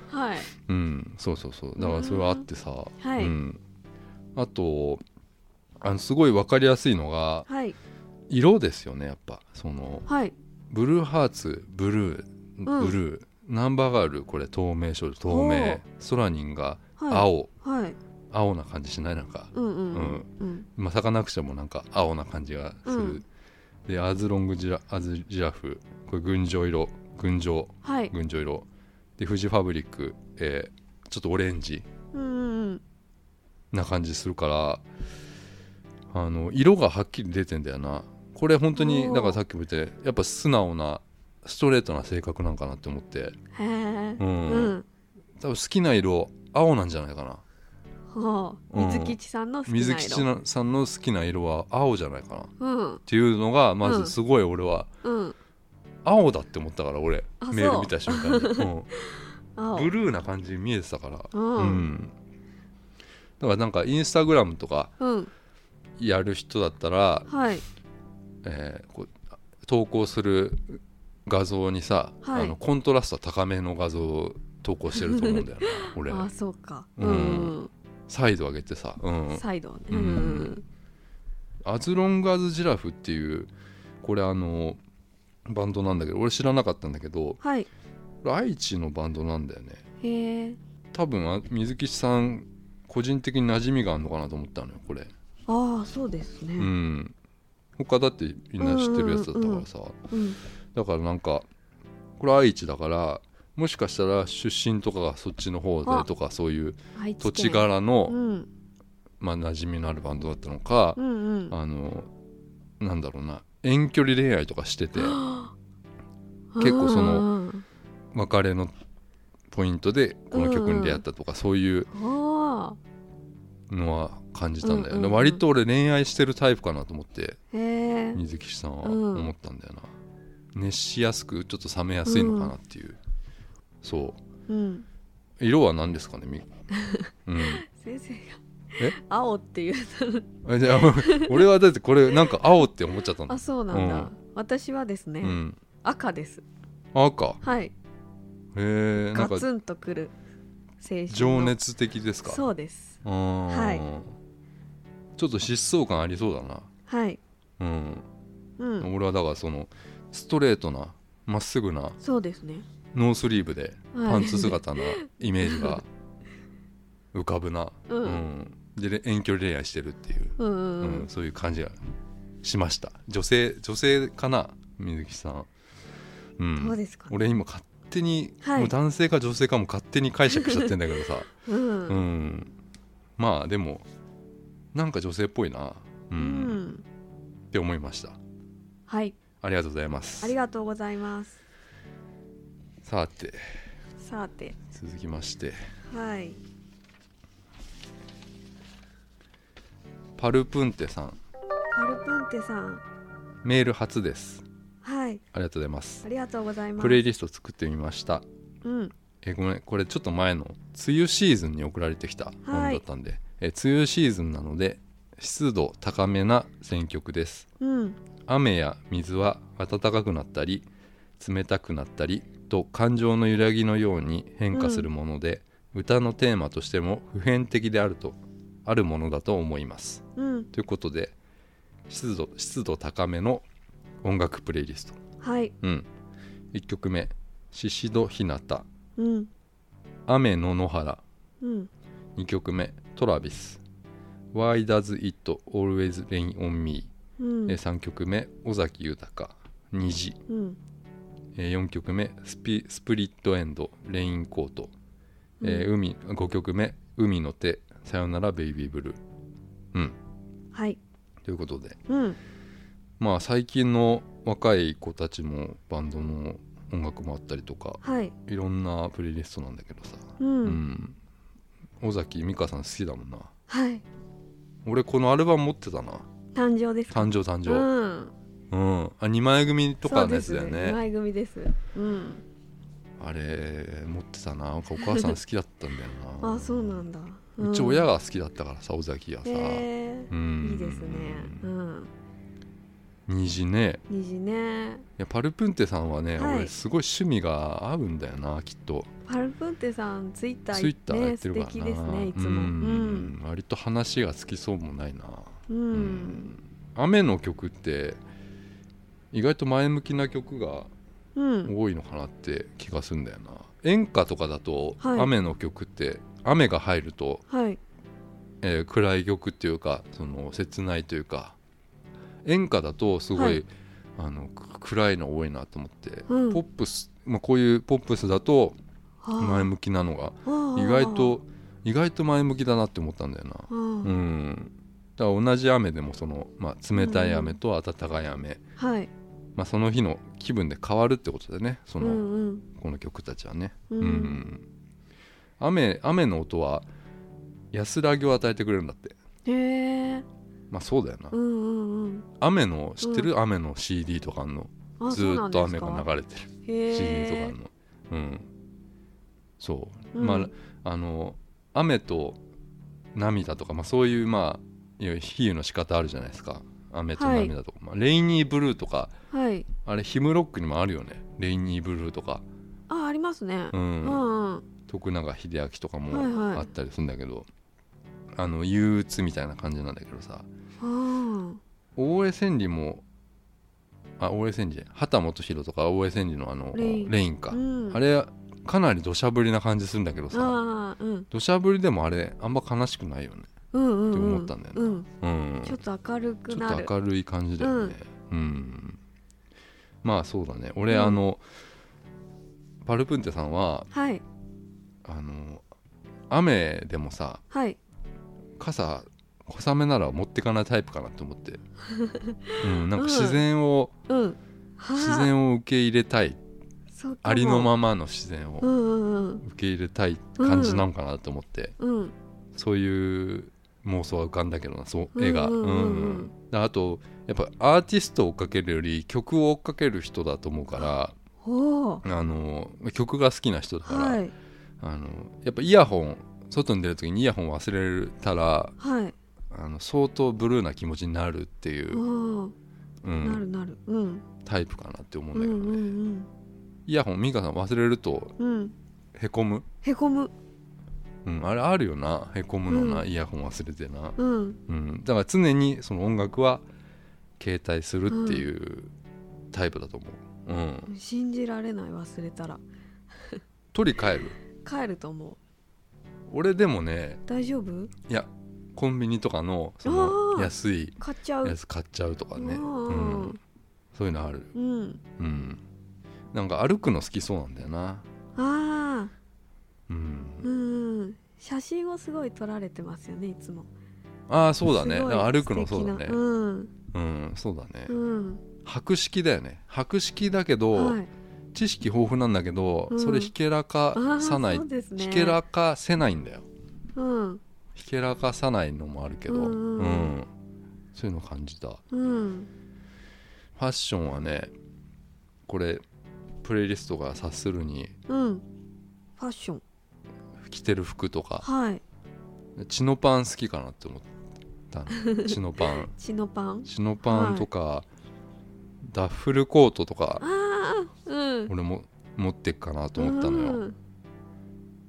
Speaker 1: はい
Speaker 2: うん、そうそうそうだからそれはあってさ、
Speaker 1: んはい
Speaker 2: うん、あとあのすごい分かりやすいのが
Speaker 1: はい
Speaker 2: 色ですよねやっぱその
Speaker 1: はい
Speaker 2: ブルーハーツブルーブルー、ナンバーガールこれ透明少女透
Speaker 1: ほ
Speaker 2: 明
Speaker 1: う
Speaker 2: ソラニンが
Speaker 1: はい
Speaker 2: 青、
Speaker 1: はい
Speaker 2: 青な感じしないなんか
Speaker 1: うんうんうんうん
Speaker 2: まあ、サカナクションもなんか青な感じがする、
Speaker 1: うん
Speaker 2: でアズロングジラアズジラフこれ群青色群青
Speaker 1: はい
Speaker 2: 群青色でフジファブリック、えーちょっとオレンジ
Speaker 1: うんうんうん
Speaker 2: な感じするからあの色がはっきり出てんだよなこれ本当
Speaker 1: お
Speaker 2: に
Speaker 1: ー
Speaker 2: だからさっきも言ってやっぱ素直なストレートな性格なんかなって思って
Speaker 1: へえ
Speaker 2: うん
Speaker 1: うん
Speaker 2: 多分好きな色青なんじゃないかな
Speaker 1: ほう
Speaker 2: うん
Speaker 1: 水吉さんの好きな色
Speaker 2: 水吉さんの好きな色は青じゃないかなっ
Speaker 1: うん
Speaker 2: ていうのがま
Speaker 1: う
Speaker 2: ず
Speaker 1: ん
Speaker 2: すごい俺は、
Speaker 1: うん
Speaker 2: 青だって思ったから俺
Speaker 1: あそう
Speaker 2: メール見た瞬
Speaker 1: *laughs*
Speaker 2: 間に、うん
Speaker 1: 青
Speaker 2: ブルーな感じに見えてたから
Speaker 1: うん
Speaker 2: だからなんかインスタグラムとか
Speaker 1: うん
Speaker 2: やる人だったら、
Speaker 1: はい
Speaker 2: えーこう投稿する画像にさ、
Speaker 1: はい
Speaker 2: あのコントラスト高めの画像を投稿してると思うんだよな俺
Speaker 1: あそうか
Speaker 2: う
Speaker 1: うんん
Speaker 2: サイド上げてさ、うん、
Speaker 1: サイドはね
Speaker 2: う
Speaker 1: うんん
Speaker 2: アズロング・アズ・ジラフっていうこれあのバンドなんだけど俺知らなかったんだけど
Speaker 1: はい
Speaker 2: これ愛知のバンドなんだよね
Speaker 1: へえ
Speaker 2: 多分あ水木さん個人的に馴染みがあるのかなと思ったのよこれ
Speaker 1: ああそうです
Speaker 2: う
Speaker 1: ね
Speaker 2: ん他だってみんな知ってるやつだったからさ
Speaker 1: うん
Speaker 2: だからなんかこれ愛知だからもしかしたら出身とかがそっちの方でとかそういう
Speaker 1: 愛知
Speaker 2: 土
Speaker 1: 県
Speaker 2: 地柄
Speaker 1: う
Speaker 2: の
Speaker 1: ん
Speaker 2: まあ馴染みのあるバンドだったのか
Speaker 1: うんうん
Speaker 2: あのなんだろうな遠距離恋愛とかしてて
Speaker 1: 結
Speaker 2: 結構その別れのポイントでこの曲に出会ったとかそういう
Speaker 1: あ
Speaker 2: のは感じたんだよ、ね
Speaker 1: うんうんうん
Speaker 2: 割と俺恋愛してるタイプかなと思って
Speaker 1: あへえ
Speaker 2: 水木さんは
Speaker 1: うん
Speaker 2: 思ったんだよな、熱しやすくちょっと冷めやすいのかなっていう、そ
Speaker 1: うん
Speaker 2: う色は何ですかねみ、う
Speaker 1: 先生が
Speaker 2: え、
Speaker 1: 青っていうん
Speaker 2: じゃあ *laughs* 俺はだってこれなんか青って思っちゃったの
Speaker 1: あ、そうなんだ、
Speaker 2: うん
Speaker 1: 私はですね、
Speaker 2: うん、
Speaker 1: 赤です
Speaker 2: 赤
Speaker 1: はい
Speaker 2: へえな
Speaker 1: ガ
Speaker 2: んか
Speaker 1: ツンとくる青春の
Speaker 2: 情熱的ですかう
Speaker 1: そうです
Speaker 2: ん、
Speaker 1: はい
Speaker 2: ちょっと疾走感ありそうだな
Speaker 1: はい
Speaker 2: うん、
Speaker 1: うん
Speaker 2: 俺はだからそのストレートなまっすぐな
Speaker 1: そうですね
Speaker 2: ノースリーブで
Speaker 1: はい
Speaker 2: パンツ姿な
Speaker 1: *laughs*
Speaker 2: イメージが浮かぶな、
Speaker 1: うん
Speaker 2: うんで遠距離恋愛してるっていう、
Speaker 1: うんうん
Speaker 2: う
Speaker 1: うんん
Speaker 2: そういう感じがしました女性女性かな水木さんう
Speaker 1: どうんですかね。
Speaker 2: 俺今勝手に、
Speaker 1: はい
Speaker 2: もう男性か女性かも勝手に解釈しちゃってんだけどさ
Speaker 1: *laughs* うん。
Speaker 2: う
Speaker 1: うん。
Speaker 2: んまあでもなんか女性っぽいなうん、って思いました
Speaker 1: はい。
Speaker 2: ありがとうございます
Speaker 1: ありがとうございます。
Speaker 2: さて
Speaker 1: さて、
Speaker 2: 続きまして
Speaker 1: はい。
Speaker 2: パルプンテさん
Speaker 1: パルプンテさん。
Speaker 2: メール初です
Speaker 1: はい。
Speaker 2: ありがとうございます
Speaker 1: ありがとうございます。
Speaker 2: プレイリスト作ってみました
Speaker 1: うん。
Speaker 2: えごめんこれちょっと前の梅雨シーズンに送られてきたものだったんで、え梅雨シーズンなので湿度高めな選曲です
Speaker 1: うん。
Speaker 2: 雨や水は暖かくなったり冷たくなったりと感情の揺らぎのように変化するもので、歌のテーマとしても普遍的であるとあるものだと思います
Speaker 1: うん。
Speaker 2: ということで湿度湿度高めの音楽プレイリスト
Speaker 1: はい。
Speaker 2: うん1曲目「シシドひなた
Speaker 1: うん。
Speaker 2: 雨の野原」
Speaker 1: うん。
Speaker 2: 2曲目トラビス Why does it always rain on me?、
Speaker 1: うん。
Speaker 2: え3曲目尾崎豊虹
Speaker 1: うん。
Speaker 2: え4曲目スピスプリットエンドレインコート、えー海5曲目海の手さよならベイビーブルーうん
Speaker 1: はい。
Speaker 2: ということで
Speaker 1: うん。
Speaker 2: まあ最近の若い子たちもバンドの音楽もあったりとか
Speaker 1: はい。
Speaker 2: いろんなプレイリストなんだけどさ
Speaker 1: う。
Speaker 2: うんん尾崎美香さん好きだもんな
Speaker 1: はい。
Speaker 2: 俺このアルバム持ってたな
Speaker 1: 誕生ですか。
Speaker 2: 誕生誕
Speaker 1: う
Speaker 2: 生
Speaker 1: ん。
Speaker 2: うん、あ2枚組とかのやつだよ
Speaker 1: そうです
Speaker 2: ね
Speaker 1: 前組です。うん。
Speaker 2: あれ持ってたななんかお母さん好きだったんだよ
Speaker 1: *laughs*
Speaker 2: な
Speaker 1: あ、そうなんだ。
Speaker 2: うんち親が好きだったからさ尾崎はさ、
Speaker 1: へー
Speaker 2: うん
Speaker 1: いいですね。うん。
Speaker 2: 虹ね
Speaker 1: 虹ね。
Speaker 2: いやパルプンテさんはね、
Speaker 1: はい
Speaker 2: 俺すごい趣味が合うんだよなきっと
Speaker 1: パルプンテさんツイッター
Speaker 2: ツイッターや
Speaker 1: ね
Speaker 2: って
Speaker 1: 素
Speaker 2: るからな、
Speaker 1: 敵ですねいつも。う
Speaker 2: うん
Speaker 1: ん。
Speaker 2: 割と話がつきそうもないな、
Speaker 1: う。
Speaker 2: うん雨の曲って意外と前向きな曲が
Speaker 1: うん。
Speaker 2: 多いのかなって気がするんだよな演歌とかだと、
Speaker 1: はい
Speaker 2: 雨の曲って雨が入ると、
Speaker 1: はい。
Speaker 2: えー暗い曲っていうかその切ないというか演歌だとすごい、
Speaker 1: はい
Speaker 2: あのく暗いの多いなと思って、
Speaker 1: うん
Speaker 2: ポップス、まあ、こういうポップスだと前向きなのが
Speaker 1: あー
Speaker 2: 意外と意外と前向きだなって思ったんだよな。
Speaker 1: あ
Speaker 2: う
Speaker 1: ー
Speaker 2: んだから同じ雨でもその、まあ、冷たい雨と暖かい雨、
Speaker 1: はい。
Speaker 2: まあ、その日の気分で変わるってことだよねそ
Speaker 1: うん
Speaker 2: の、
Speaker 1: うん
Speaker 2: この曲たちはね。
Speaker 1: う。
Speaker 2: うんん雨雨の音は安らぎを与えてくれるんだって
Speaker 1: へえ。
Speaker 2: まあそうだよな、
Speaker 1: うんうんうん。
Speaker 2: 雨の知ってる、雨の CD とかあんの
Speaker 1: あ
Speaker 2: ずーっと雨が流れてる
Speaker 1: 流れ
Speaker 2: CD とかあ
Speaker 1: へ
Speaker 2: んのうんそう、
Speaker 1: うん
Speaker 2: まああの雨と涙とか、まあ、そういうまあいわゆる比喩の仕方あるじゃないですか雨と涙とか、まあ、レイニーブルーとか
Speaker 1: え。はい。
Speaker 2: あれヒムロックにもあるよねレイニーブルーとか
Speaker 1: あありますね。
Speaker 2: う、
Speaker 1: うんんうん。
Speaker 2: 徳永英明とか
Speaker 1: はいはい
Speaker 2: もあったりするんだけど、あの憂鬱みたいな感じなんだけどさ
Speaker 1: あ
Speaker 2: 大江千里もあ大江千里畑本博とか大江千里のあの
Speaker 1: レイン
Speaker 2: レインか、
Speaker 1: あ。うん。
Speaker 2: あれかなり土砂降りな感じするんだけどさ
Speaker 1: ああうん
Speaker 2: 土砂降りでもあれあんま悲しくないよね
Speaker 1: うんうんうん。
Speaker 2: って思ったんだよな
Speaker 1: うん。
Speaker 2: うん
Speaker 1: ちょっと明るく
Speaker 2: ちょ
Speaker 1: な
Speaker 2: っ
Speaker 1: る。
Speaker 2: と明るい感じだよねうん、まあそうだね俺、
Speaker 1: うん
Speaker 2: あのパルプンテさんは
Speaker 1: はい
Speaker 2: あの雨でもさ
Speaker 1: はい。
Speaker 2: 傘小雨なら持ってかないタイプかなと思
Speaker 1: *laughs*
Speaker 2: って、うん、なんか
Speaker 1: うん
Speaker 2: 自然を、
Speaker 1: うん。はあ
Speaker 2: 自然を受け入れたい
Speaker 1: そうかも
Speaker 2: ありのままの自然
Speaker 1: う
Speaker 2: を
Speaker 1: んうんうん
Speaker 2: 受け入れたい感じなのかなと思って、
Speaker 1: うん
Speaker 2: そういう妄想は浮かんだけどなそう絵が、
Speaker 1: うんうんうんうん
Speaker 2: うんであとやっぱアーティストを追っかけるより曲を追っかける人だと思うか
Speaker 1: おお
Speaker 2: らあの曲が好きな人だから、
Speaker 1: はい
Speaker 2: あのやっぱイヤホン外に出る時にイヤホン忘れたら
Speaker 1: はい
Speaker 2: あの相当ブルーな気持ちになるっていう、
Speaker 1: おお
Speaker 2: うん
Speaker 1: なるなるうん
Speaker 2: タイプかなって思う
Speaker 1: うんん
Speaker 2: だ
Speaker 1: う
Speaker 2: けどね、
Speaker 1: ん
Speaker 2: イヤホン美香さん忘れると
Speaker 1: うんうん
Speaker 2: へこむ、
Speaker 1: へこむ
Speaker 2: うん、あれあるよなへこむのな、
Speaker 1: う
Speaker 2: イヤホン忘れてな、
Speaker 1: うん
Speaker 2: うん、だから常にその音楽は携帯するっていうタイプだと思う、うん、
Speaker 1: 信じられない忘れたら
Speaker 2: 取り替える
Speaker 1: 帰ると思う
Speaker 2: 俺でもね
Speaker 1: 大丈夫
Speaker 2: いやコンビニとかのそ
Speaker 1: あ
Speaker 2: の
Speaker 1: ー
Speaker 2: 安い
Speaker 1: 買っちゃう
Speaker 2: やつ買っちゃうとかね、
Speaker 1: う
Speaker 2: うん
Speaker 1: ん
Speaker 2: そういうのある
Speaker 1: うん
Speaker 2: うんなんか歩くの好きそうなんだよな
Speaker 1: ああ
Speaker 2: うん
Speaker 1: うん写真をすごい撮られてますよねいつも
Speaker 2: ああそうだね
Speaker 1: すごい
Speaker 2: なんか歩くの
Speaker 1: 素
Speaker 2: そう
Speaker 1: 敵な
Speaker 2: だね
Speaker 1: うん
Speaker 2: うんそうだね
Speaker 1: うん
Speaker 2: 博識だよね博識だけど、
Speaker 1: はい
Speaker 2: 知識豊富なんだけど、
Speaker 1: うん
Speaker 2: それひけらか
Speaker 1: ああ
Speaker 2: さない、
Speaker 1: そうですね
Speaker 2: ひけらかせないんだよ
Speaker 1: うん
Speaker 2: ひけらかさないのもあるけど、
Speaker 1: うんうんうん
Speaker 2: うんそういうの感じたフ
Speaker 1: うん
Speaker 2: ァッションはねこれプレイリストが察するに
Speaker 1: うんファッション
Speaker 2: 着てる服とか
Speaker 1: はい
Speaker 2: チノパン好きかなって思った
Speaker 1: *laughs*
Speaker 2: のチノパン
Speaker 1: チノパン
Speaker 2: チノパンとか、ダッフルコートとか
Speaker 1: ああうん
Speaker 2: 俺も持ってっかなと思ったのよ、
Speaker 1: うん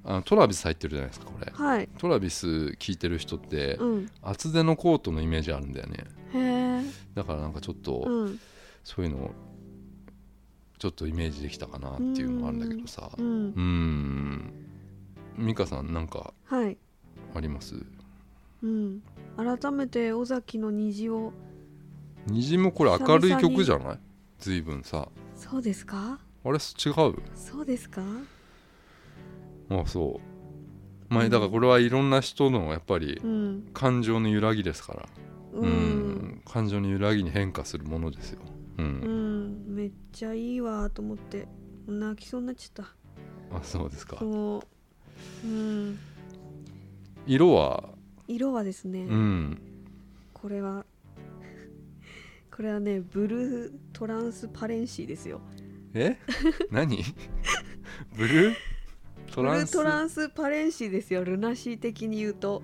Speaker 2: あのトラビス入ってるじゃないですかこれ
Speaker 1: はい
Speaker 2: トラビス聞いてる人って
Speaker 1: うん
Speaker 2: 厚手のコートのイメージあるんだよね
Speaker 1: へえ
Speaker 2: だからなんかちょっと
Speaker 1: うん
Speaker 2: そういうのをちょっとイメージできたかなっていうのがあるんだけどさ
Speaker 1: う
Speaker 2: うんーん美香さんなんか
Speaker 1: はい
Speaker 2: あります
Speaker 1: うん改めて尾崎の虹を
Speaker 2: 虹もこれ明るい曲じゃない随分さ
Speaker 1: そうですか
Speaker 2: あれ違う
Speaker 1: そうですか
Speaker 2: あそうまあだからこれはいろんな人のやっぱり
Speaker 1: うん
Speaker 2: 感情の揺らぎですから
Speaker 1: う
Speaker 2: うんん感情の揺らぎに変化するものですよう
Speaker 1: うんんめっちゃいいわと思って泣きそうになっちゃっ
Speaker 2: あそうですか
Speaker 1: たもううん
Speaker 2: 色は
Speaker 1: 色はですね、
Speaker 2: うん
Speaker 1: これは *laughs* これはねブルートランスパレンシーですよ
Speaker 2: え何 *laughs* ブルートランス
Speaker 1: ブルートランスパレンシーですよルナシー的に言うと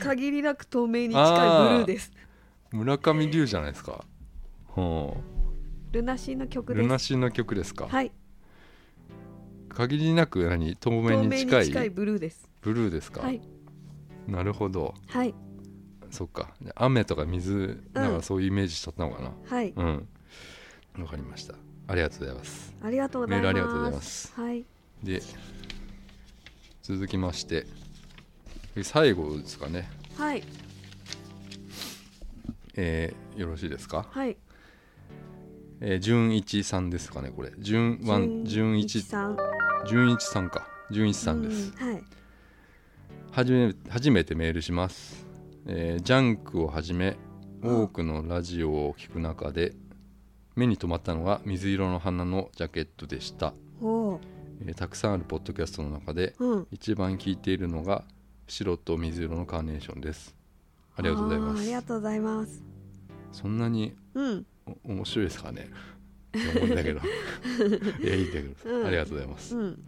Speaker 1: 限りなく透明に近いブルーです
Speaker 2: 村上龍じゃないですかほ
Speaker 1: ルナシーの曲
Speaker 2: う
Speaker 1: で
Speaker 2: ル
Speaker 1: す
Speaker 2: ナシーの曲ですか、
Speaker 1: はい
Speaker 2: 限りなく何透
Speaker 1: 透
Speaker 2: 明
Speaker 1: 明
Speaker 2: に
Speaker 1: に
Speaker 2: 近い
Speaker 1: 近いブルーです
Speaker 2: ブルーですか、
Speaker 1: はい
Speaker 2: なるほど
Speaker 1: はい
Speaker 2: そっか雨とか水だからそういうイメージしちゃったのかな
Speaker 1: はい、
Speaker 2: うんわ、かりましたありがとうございます
Speaker 1: ありがとうございます
Speaker 2: メールありがとうございます
Speaker 1: はい
Speaker 2: で続きまして最後ですかね、
Speaker 1: はい
Speaker 2: えーよろしいですか
Speaker 1: はい
Speaker 2: えー、純一さんですかねこれ純ワン純一
Speaker 1: さん
Speaker 2: 純一さんか純一さんです、
Speaker 1: うんはい
Speaker 2: はじめ初めてメールします、えージャンクをはじめ多くのラジオを聞く中で目に留まったのが水色の花のジャケットでした、
Speaker 1: おー
Speaker 2: えーたくさんあるポッドキャストの中で
Speaker 1: うん
Speaker 2: 一番聞いているのが白と水色のカーネーションですあ
Speaker 1: あ
Speaker 2: りがとうござい
Speaker 1: ー
Speaker 2: ま
Speaker 1: ありが
Speaker 2: す
Speaker 1: とうございます
Speaker 2: そんなに
Speaker 1: うん
Speaker 2: お面白いですかねって思うん
Speaker 1: *laughs*
Speaker 2: だけどいやいいんだけど、
Speaker 1: うん
Speaker 2: ありがとうございます
Speaker 1: うん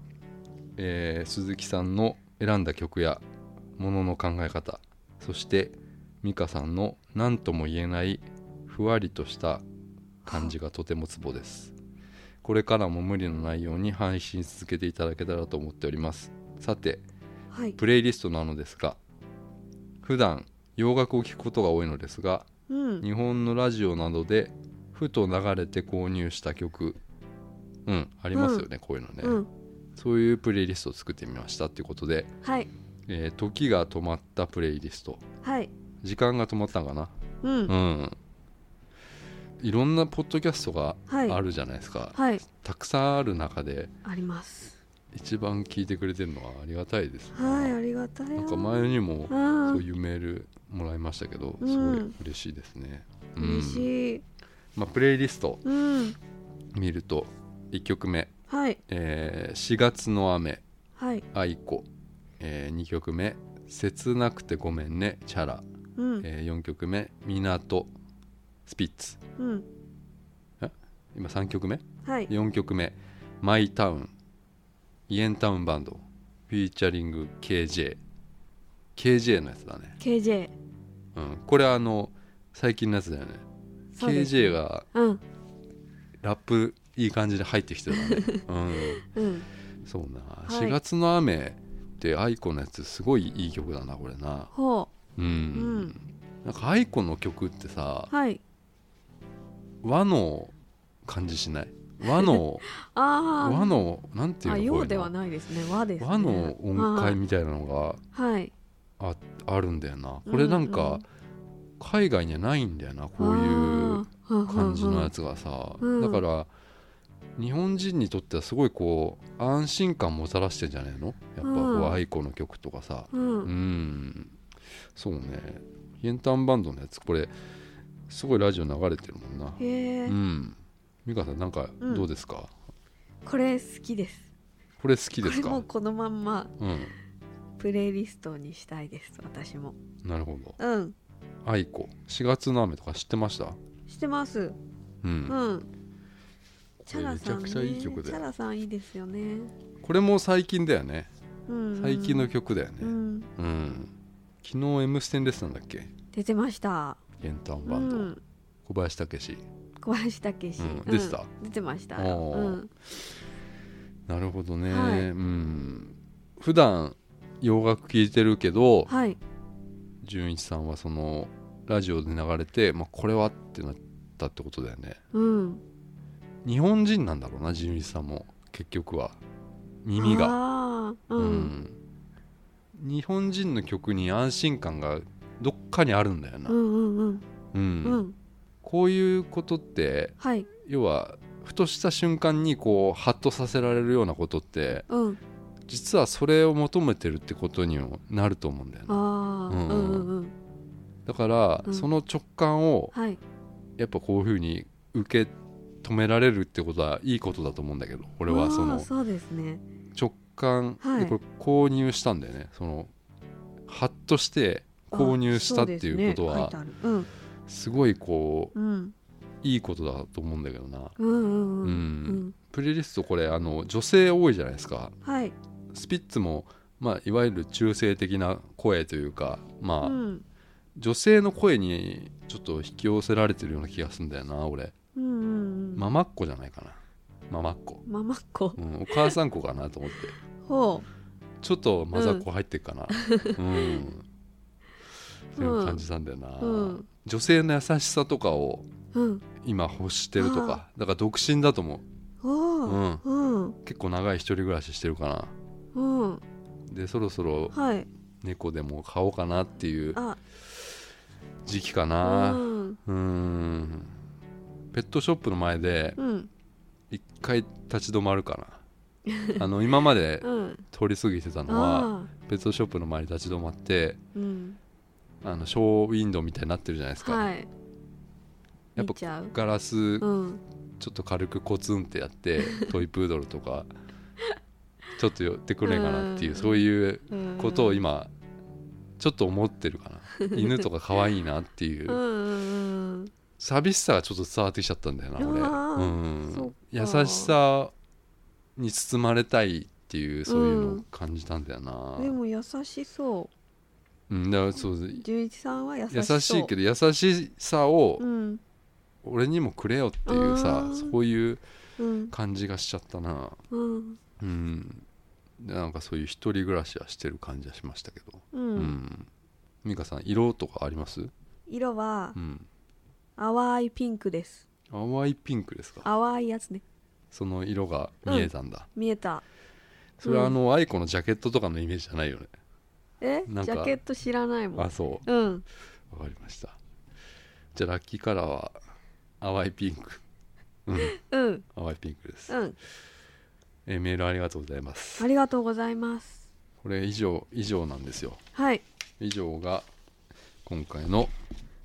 Speaker 2: えー鈴木さんの選んだ曲やものの考え方そして美香さんの何とも言えないふわりとした感じがとてもツボですこれからも無理のないように配信続けていただけたらと思っておりますさて
Speaker 1: はい
Speaker 2: プレイリストなのですが普段洋楽を聴くことが多いのですが
Speaker 1: うん
Speaker 2: 日本のラジオなどでふと流れて購入した曲うんありますよね、こういうのね、
Speaker 1: うん
Speaker 2: そういうプレイリストを作ってみましたっていうことで、
Speaker 1: はい
Speaker 2: えー時が止まったプレイリスト
Speaker 1: はい
Speaker 2: 時間が止まったのかな
Speaker 1: うん
Speaker 2: うんいろんなポッドキャストが
Speaker 1: はい
Speaker 2: あるじゃないですか、
Speaker 1: はい
Speaker 2: たくさんある中で
Speaker 1: あります
Speaker 2: 一番聞いてくれてるのはありがたいですね、
Speaker 1: はいありがたい
Speaker 2: なんか前に
Speaker 1: う
Speaker 2: も
Speaker 1: ん
Speaker 2: そういうメールもらいましたけど、
Speaker 1: うん
Speaker 2: すごい嬉しいですね、うん
Speaker 1: 嬉しい
Speaker 2: まあ、プレイリスト
Speaker 1: うん
Speaker 2: 見ると1曲目、
Speaker 1: はい
Speaker 2: えー4月の雨」
Speaker 1: はい
Speaker 2: 「愛子」え2曲目「切なくてごめんね」「チャラ
Speaker 1: うん」
Speaker 2: え4曲目「港」「スピッツ
Speaker 1: うん」
Speaker 2: 今3曲目
Speaker 1: はい
Speaker 2: 4曲目「マイタウン」「イエンタウンバンド」フィーチャリング KJ KJ のやつだね、
Speaker 1: KJ
Speaker 2: うん、これあの最近のやつだよね
Speaker 1: そうです
Speaker 2: KJ が
Speaker 1: うん
Speaker 2: ラップいい感じで入ってきて
Speaker 1: *laughs*
Speaker 2: たね、
Speaker 1: うん
Speaker 2: うん、そうな、
Speaker 1: い
Speaker 2: 四4月の雨って愛子のやつすごいいい曲だなこれな
Speaker 1: ほ
Speaker 2: うん、なんか愛子の曲ってさ
Speaker 1: うはい
Speaker 2: 和の感じしない和の
Speaker 1: *laughs* ああ
Speaker 2: 和のなんていう
Speaker 1: あ
Speaker 2: の
Speaker 1: ようで
Speaker 2: こ
Speaker 1: は
Speaker 2: ういうの
Speaker 1: ないですね和ですね
Speaker 2: 和の音階みたいなのが
Speaker 1: はい
Speaker 2: ああるんだよなこれなん
Speaker 1: うんう
Speaker 2: か
Speaker 1: ん
Speaker 2: 海外にはないんだよなこういう
Speaker 1: う
Speaker 2: 感じのや
Speaker 1: つ
Speaker 2: つがさ
Speaker 1: うん
Speaker 2: だから日本人にとってはすごいこう安心感もたらしてんじゃねえのやっぱこ
Speaker 1: う
Speaker 2: うん愛子の曲とかさ
Speaker 1: うん
Speaker 2: うんそうねヒエンタンバンドのやつこれすごいラジオ流れてるもんな
Speaker 1: へえ、
Speaker 2: うん美香さんなんか
Speaker 1: うん
Speaker 2: どうですか
Speaker 1: これ好きです
Speaker 2: これ好きで
Speaker 1: こ
Speaker 2: す
Speaker 1: れ
Speaker 2: か
Speaker 1: もうこのまんま
Speaker 2: うん
Speaker 1: プレイリストにしたいです私も
Speaker 2: なるほど
Speaker 1: うん
Speaker 2: 愛子4月の雨とか知ってました
Speaker 1: してます
Speaker 2: うん
Speaker 1: うんチャラさん、ね、
Speaker 2: めちゃくちゃいい曲だ
Speaker 1: チ
Speaker 2: よ
Speaker 1: ャラさんいいですよね、
Speaker 2: これも最近だよね
Speaker 1: うんうん、
Speaker 2: 最近の曲だよね
Speaker 1: う
Speaker 2: うん、
Speaker 1: ん
Speaker 2: 昨日「M ステ」ンレッスンだっけ
Speaker 1: 出てました
Speaker 2: エンターンバンド、
Speaker 1: うん、
Speaker 2: 小林武史
Speaker 1: 小林武史、
Speaker 2: うん出てた
Speaker 1: 出てました
Speaker 2: おー
Speaker 1: うん
Speaker 2: なるほどね、
Speaker 1: はい
Speaker 2: うん普段洋楽聴いてるけど
Speaker 1: はい
Speaker 2: 純一さんはそのラジオで流れて、まあ、これはってなったってことだよね
Speaker 1: うん
Speaker 2: 日本人なんだろうな純一さんも結局は耳が
Speaker 1: あーう
Speaker 2: うんん日本人の曲に安心感がどっかにあるんだよな、
Speaker 1: うんうんうん
Speaker 2: うん
Speaker 1: うん、うん、
Speaker 2: こういうことって
Speaker 1: はい
Speaker 2: 要はふとした瞬間にこうハッとさせられるようなことって
Speaker 1: うん
Speaker 2: 実はそれを求めてるってことにもなると思うんだよね
Speaker 1: ああ、う
Speaker 2: う
Speaker 1: んん、
Speaker 2: う
Speaker 1: うんん
Speaker 2: う
Speaker 1: うんん
Speaker 2: だから、
Speaker 1: うん
Speaker 2: その直感を
Speaker 1: はい
Speaker 2: やっぱこういうふうに受け止められるってことはいいことだと思うんだけど俺はそ
Speaker 1: あー
Speaker 2: の
Speaker 1: そうですね
Speaker 2: 直感
Speaker 1: は
Speaker 2: で
Speaker 1: い
Speaker 2: これ購入したんだよねそのハッとして購入したっていうこと
Speaker 1: あ
Speaker 2: は
Speaker 1: そうですね書いてある
Speaker 2: すごいこう
Speaker 1: うんうん
Speaker 2: いいことだと思うんだけどな
Speaker 1: うんうんうん
Speaker 2: う
Speaker 1: うんん
Speaker 2: プレイリストこれあの女性多いじゃないですか
Speaker 1: はい
Speaker 2: スピッツも、まあ、いわゆる中性的な声というか、まあ
Speaker 1: うん
Speaker 2: 女性の声にちょっと引き寄せられてるような気がするんだよな俺
Speaker 1: うんうんうん
Speaker 2: ママっ子じゃないかなママっ子、
Speaker 1: ママっ子
Speaker 2: うん、お母さん子かなと思って
Speaker 1: ほ
Speaker 2: ちょっとマザコ入ってっ
Speaker 1: *laughs*
Speaker 2: かなうん、っていう感じなんだよな、
Speaker 1: うん
Speaker 2: 女性の優しさとかを
Speaker 1: ううん
Speaker 2: 今欲してるとかだから独身だと思う
Speaker 1: おーうん
Speaker 2: 結構長い一人暮らししてるかな
Speaker 1: うん
Speaker 2: でそろそろ
Speaker 1: はい
Speaker 2: 猫でも買おうかなっていう
Speaker 1: あ
Speaker 2: 時期か
Speaker 1: う
Speaker 2: なんうーんペットショップの前で
Speaker 1: うん
Speaker 2: 一回立ち止ま
Speaker 1: *laughs*
Speaker 2: るかなあの今まで
Speaker 1: うん
Speaker 2: 通り過ぎてたのは
Speaker 1: あ
Speaker 2: ペットショップの前に立ち止まって
Speaker 1: ーうん
Speaker 2: あのショーウィンドウみたいになってるじゃないですか、
Speaker 1: はい
Speaker 2: や
Speaker 1: 見
Speaker 2: っぱ
Speaker 1: ちゃう
Speaker 2: ガラスち
Speaker 1: う
Speaker 2: ょ
Speaker 1: ん
Speaker 2: っと軽くコツンってや
Speaker 1: *laughs*
Speaker 2: って、トイプードルとかちょっと寄ってくれんかなっていう
Speaker 1: うん
Speaker 2: そういう
Speaker 1: うん
Speaker 2: ことを今ちょっと思ってるか
Speaker 1: *laughs*
Speaker 2: な犬とか可愛いなっていう
Speaker 1: うんうん
Speaker 2: 寂しさがちょっと伝わってきちゃったんだよな俺、
Speaker 1: あー
Speaker 2: うん
Speaker 1: そっか
Speaker 2: 優しさに包まれたいっていうそういうのを感じたんだよな、
Speaker 1: うんでも優しそう
Speaker 2: うんだからそう
Speaker 1: 純一さんは優し
Speaker 2: 優
Speaker 1: そう
Speaker 2: しいけど優しさを
Speaker 1: うん
Speaker 2: 俺にもくれよっていうさ、
Speaker 1: あー
Speaker 2: そういう
Speaker 1: うん
Speaker 2: 感じがしちゃったな
Speaker 1: うん
Speaker 2: うんでなんかそういう一人暮らしはしてる感じはしましたけど
Speaker 1: う
Speaker 2: うんん美香さん色とかあります、
Speaker 1: 色は
Speaker 2: うん、
Speaker 1: 淡いピンクです
Speaker 2: 淡いピンクですか
Speaker 1: 淡いやつね
Speaker 2: その色が見えたんだ、
Speaker 1: 見えた
Speaker 2: それはあの愛子のジャケットとかのイメージじゃないよね
Speaker 1: えジ
Speaker 2: なんか
Speaker 1: ャケット知らないも
Speaker 2: あ
Speaker 1: ん
Speaker 2: そう
Speaker 1: うん
Speaker 2: わかりましたじゃあラッキーカラーは淡いピンクうん
Speaker 1: うん
Speaker 2: 淡いピンクです、
Speaker 1: うん
Speaker 2: えーメールありがとうございます
Speaker 1: ありがとうございます
Speaker 2: これ以上以上なんですよ
Speaker 1: はい
Speaker 2: 以上が今回の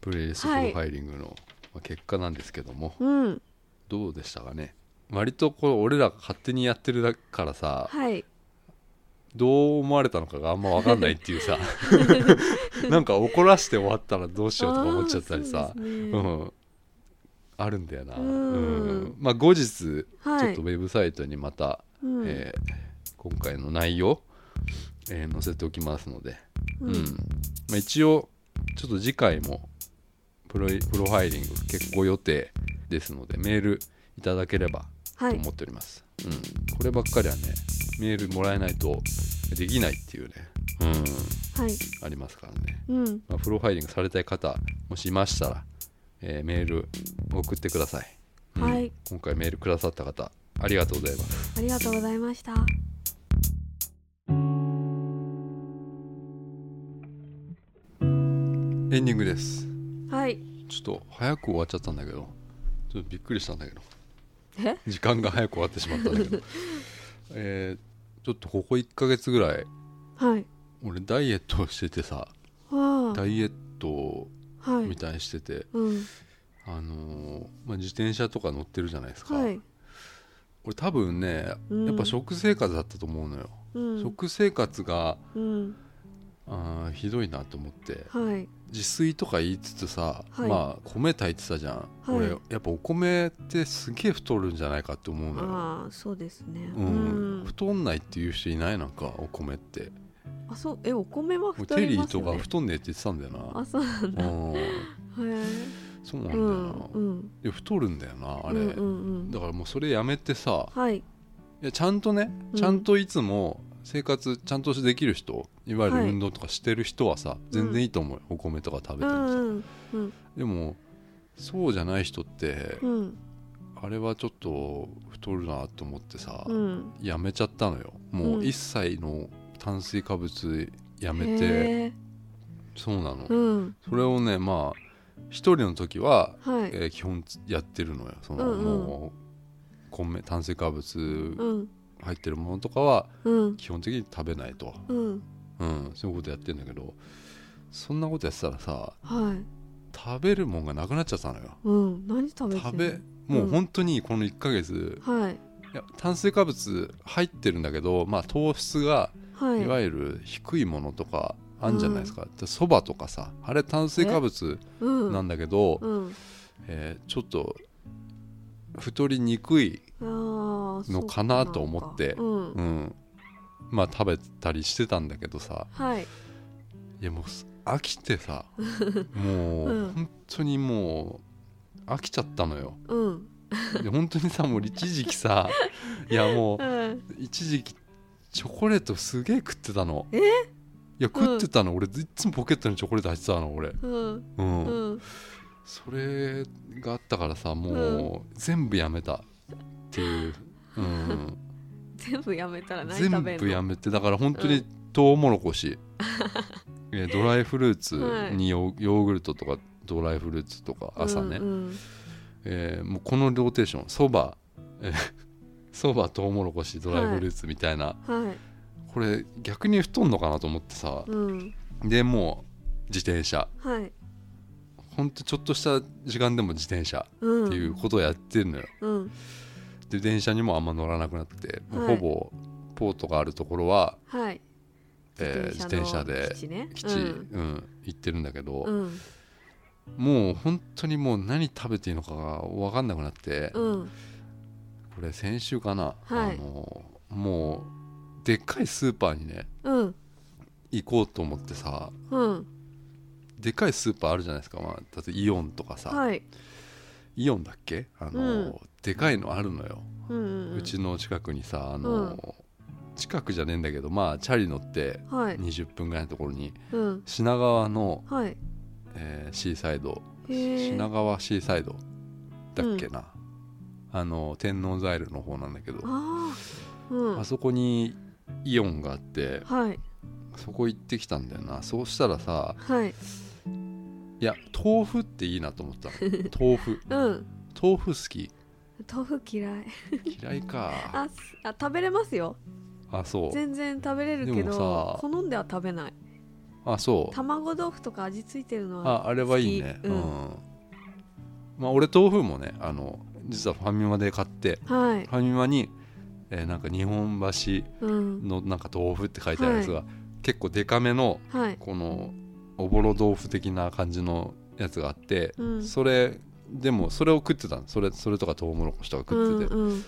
Speaker 2: プレイリストプロファイリングのまあ結果なんですけども、
Speaker 1: うん
Speaker 2: どうでしたかね割とこれ俺らが勝手にやってるだからさ
Speaker 1: はい
Speaker 2: どう思われたのかがあんま分かんないってい
Speaker 1: *laughs*
Speaker 2: うさなんか怒らして終わったらどうしようとか思っちゃったりさ
Speaker 1: あーそうですね
Speaker 2: *laughs* うん、あるんだよな、
Speaker 1: うん
Speaker 2: うんまあ、後日ちょっ
Speaker 1: はい
Speaker 2: とウェブサイトにまた、
Speaker 1: うん
Speaker 2: えー今回の内容、えー載せておきますので、
Speaker 1: うん
Speaker 2: うんまあ、一応ちょっと次回もプロイプロファイリング結構予定ですのでメールいただければ
Speaker 1: は
Speaker 2: と
Speaker 1: い
Speaker 2: 思っております、うん、こればっかりはねメールもらえないとできないっていうね、う
Speaker 1: はい
Speaker 2: ん、ありますからね
Speaker 1: うん
Speaker 2: まあ、プロファイリングされたい方もしいましたら、えーメール送ってください、うん
Speaker 1: はい
Speaker 2: 今回メールくださった方ありがとうございます
Speaker 1: ありがとうございました
Speaker 2: エンディングです
Speaker 1: はい
Speaker 2: ちょっと早く終わっちゃったんだけどちょっとびっくりしたんだけど
Speaker 1: え
Speaker 2: 時間が早く終わってしまったんだ
Speaker 1: *laughs*
Speaker 2: けどえーちょっとここ1ヶ月ぐらい
Speaker 1: はい
Speaker 2: 俺ダイエットをしててさ
Speaker 1: は
Speaker 2: ダイエット
Speaker 1: あは
Speaker 2: み
Speaker 1: い
Speaker 2: たいにしてて、
Speaker 1: うん
Speaker 2: あのーまあ、自転車とか乗ってるじゃないですか、
Speaker 1: はい
Speaker 2: 俺多分ね
Speaker 1: うん
Speaker 2: やっぱ食生活だったと思うの
Speaker 1: う
Speaker 2: よ、
Speaker 1: ん
Speaker 2: 食生活が
Speaker 1: うん
Speaker 2: あーひどいなと思って
Speaker 1: はい
Speaker 2: 自炊とか言いつつさ、
Speaker 1: はい
Speaker 2: まあ米炊いてたじゃん、
Speaker 1: い
Speaker 2: 俺やっぱお米ってすげえ太るんじゃないかって思うのよ
Speaker 1: ああそうですね
Speaker 2: う
Speaker 1: うんん
Speaker 2: 太んないっていう人いないなんかお米って
Speaker 1: あそうえお米は
Speaker 2: 俺
Speaker 1: 太
Speaker 2: テ
Speaker 1: り
Speaker 2: リー
Speaker 1: ます
Speaker 2: と
Speaker 1: よ
Speaker 2: か
Speaker 1: ね
Speaker 2: 太んねえって言ってたんだよな
Speaker 1: あそうなんだへ
Speaker 2: うん
Speaker 1: え
Speaker 2: そうなんだ
Speaker 1: う
Speaker 2: よな、
Speaker 1: んうん
Speaker 2: で太るんだよなあれ、
Speaker 1: うんうんう
Speaker 2: だ
Speaker 1: ん
Speaker 2: からもうそれやめてさ
Speaker 1: はい
Speaker 2: いやちゃんとね
Speaker 1: うん
Speaker 2: ちゃんといつも生活ちゃんとできる人いわゆる
Speaker 1: はい
Speaker 2: 運動とかしてる人はさ全然いいと思うよお米とか食べ
Speaker 1: う
Speaker 2: てもさ
Speaker 1: んうん
Speaker 2: でもそうじゃない人って
Speaker 1: うん
Speaker 2: あれはちょっと太るなと思ってさ
Speaker 1: うん
Speaker 2: やめちゃったのよも
Speaker 1: う
Speaker 2: うん一切の炭水化物やめて
Speaker 1: へえ
Speaker 2: そうなの
Speaker 1: うん
Speaker 2: それをねまあ一人の時は
Speaker 1: はい
Speaker 2: えー基本やってるのよその
Speaker 1: うんうん
Speaker 2: もう米炭水化物
Speaker 1: うん
Speaker 2: 入ってるものとかは
Speaker 1: うん
Speaker 2: 基本的に食べないと、
Speaker 1: うん
Speaker 2: うん、そういうことやってんだけどそんなことやってたらさ
Speaker 1: はい
Speaker 2: 食べるもんがなくなっちゃったのよ
Speaker 1: うん何食べて
Speaker 2: 食
Speaker 1: ん
Speaker 2: べ
Speaker 1: の
Speaker 2: もううん本当にこの1ヶ月、
Speaker 1: はい
Speaker 2: いや炭水化物入ってるんだけど、まあ、糖質が
Speaker 1: はい
Speaker 2: いわゆる低いものとかあんじゃないですかそば、蕎麦とかさあれ炭水化物
Speaker 1: うん
Speaker 2: なんだけど、
Speaker 1: うん
Speaker 2: えーちょっと太りにくい、
Speaker 1: ああ
Speaker 2: のかなと思って
Speaker 1: うん
Speaker 2: うん、まあ食べたりしてたんだけどさ
Speaker 1: はい
Speaker 2: いやもうす飽きて *laughs* さもう、
Speaker 1: うん
Speaker 2: 本当にもう飽きちゃったのよ
Speaker 1: うん
Speaker 2: で本当にさもう一時期さいやも
Speaker 1: う
Speaker 2: うん一時期チョコレートすげえ食ってたの
Speaker 1: え
Speaker 2: いや食ってたの、俺いっつもポケットにチョコレート入ってたの俺
Speaker 1: うん
Speaker 2: うん、
Speaker 1: うん
Speaker 2: それがあったからさもう全部やめたっていう、うん、
Speaker 1: 全部やめたら何
Speaker 2: 全
Speaker 1: 食べんの
Speaker 2: 部やめてだから本当
Speaker 1: う
Speaker 2: にトウモロ
Speaker 1: *laughs*
Speaker 2: コシ、えードライフルーツ
Speaker 1: はい
Speaker 2: にヨーヨーグルトとかドライフルーツとか朝ね、
Speaker 1: うん
Speaker 2: えーもうこのローテーションそばえー *laughs* そばトウモロコシドライフルーツみたいな、
Speaker 1: うんはい
Speaker 2: これ逆に太んのかなと思ってさ、
Speaker 1: うん
Speaker 2: でもう自転車
Speaker 1: はい
Speaker 2: ほんとちょっとした時間でも自転車
Speaker 1: うん
Speaker 2: っていうことをやってるのよ、
Speaker 1: うん
Speaker 2: で電車にもあんま乗らなくなって、もう
Speaker 1: はい
Speaker 2: ほぼポートがあるところは、
Speaker 1: はい
Speaker 2: えー自転車で
Speaker 1: ね
Speaker 2: 基地、うん行ってるんだけど、
Speaker 1: うん
Speaker 2: もう本当にもう何食べていいのかが分かんなくなって、
Speaker 1: うん
Speaker 2: これ先週かな、
Speaker 1: はい
Speaker 2: あのもうでっかいスーパーにね
Speaker 1: うん
Speaker 2: 行こうと思ってさ
Speaker 1: うん
Speaker 2: でっかいスーパーあるじゃないですか、まあ、だってイオンとかさ、
Speaker 1: はい
Speaker 2: イオンだっけあの、
Speaker 1: うん
Speaker 2: でかいのあるのよ、
Speaker 1: うんうん
Speaker 2: うちの近くにさあの、近くじゃねえんだけどまあチャリ乗って
Speaker 1: はい
Speaker 2: 20分ぐらいのところに
Speaker 1: うん
Speaker 2: 品川の、
Speaker 1: はい
Speaker 2: えーシーサイド
Speaker 1: へえ
Speaker 2: 品川シーサイドだっけな、あの天王ザイルの方なんだけど
Speaker 1: ああうん
Speaker 2: あそこにイオンがあって
Speaker 1: はい
Speaker 2: そこ行ってきたんだよなそうしたらさ
Speaker 1: はい
Speaker 2: いや豆腐っていいなと思った
Speaker 1: *laughs*
Speaker 2: の豆腐
Speaker 1: うん
Speaker 2: 豆腐好き
Speaker 1: 豆腐嫌い
Speaker 2: 嫌いか
Speaker 1: あすあ食べれますよ
Speaker 2: あそう
Speaker 1: 全然食べれるけ
Speaker 2: でも
Speaker 1: ど
Speaker 2: さ
Speaker 1: 好んでは食べない
Speaker 2: あそう
Speaker 1: 卵豆腐とか味付いてるのは
Speaker 2: ああれはいいね
Speaker 1: 好
Speaker 2: う
Speaker 1: き
Speaker 2: ん、
Speaker 1: うん
Speaker 2: まあ俺豆腐もねあの実はファミマで買って
Speaker 1: はい
Speaker 2: ファミマに、えーなんか日本橋
Speaker 1: うん
Speaker 2: のなんか豆腐って書いてあるやつが、結構デカめの
Speaker 1: はい
Speaker 2: このおぼろ豆腐的な感じのやつがあって、
Speaker 1: うん
Speaker 2: それでもそれを食ってたのそれそれとかトウモロコシとか食ってて、
Speaker 1: うん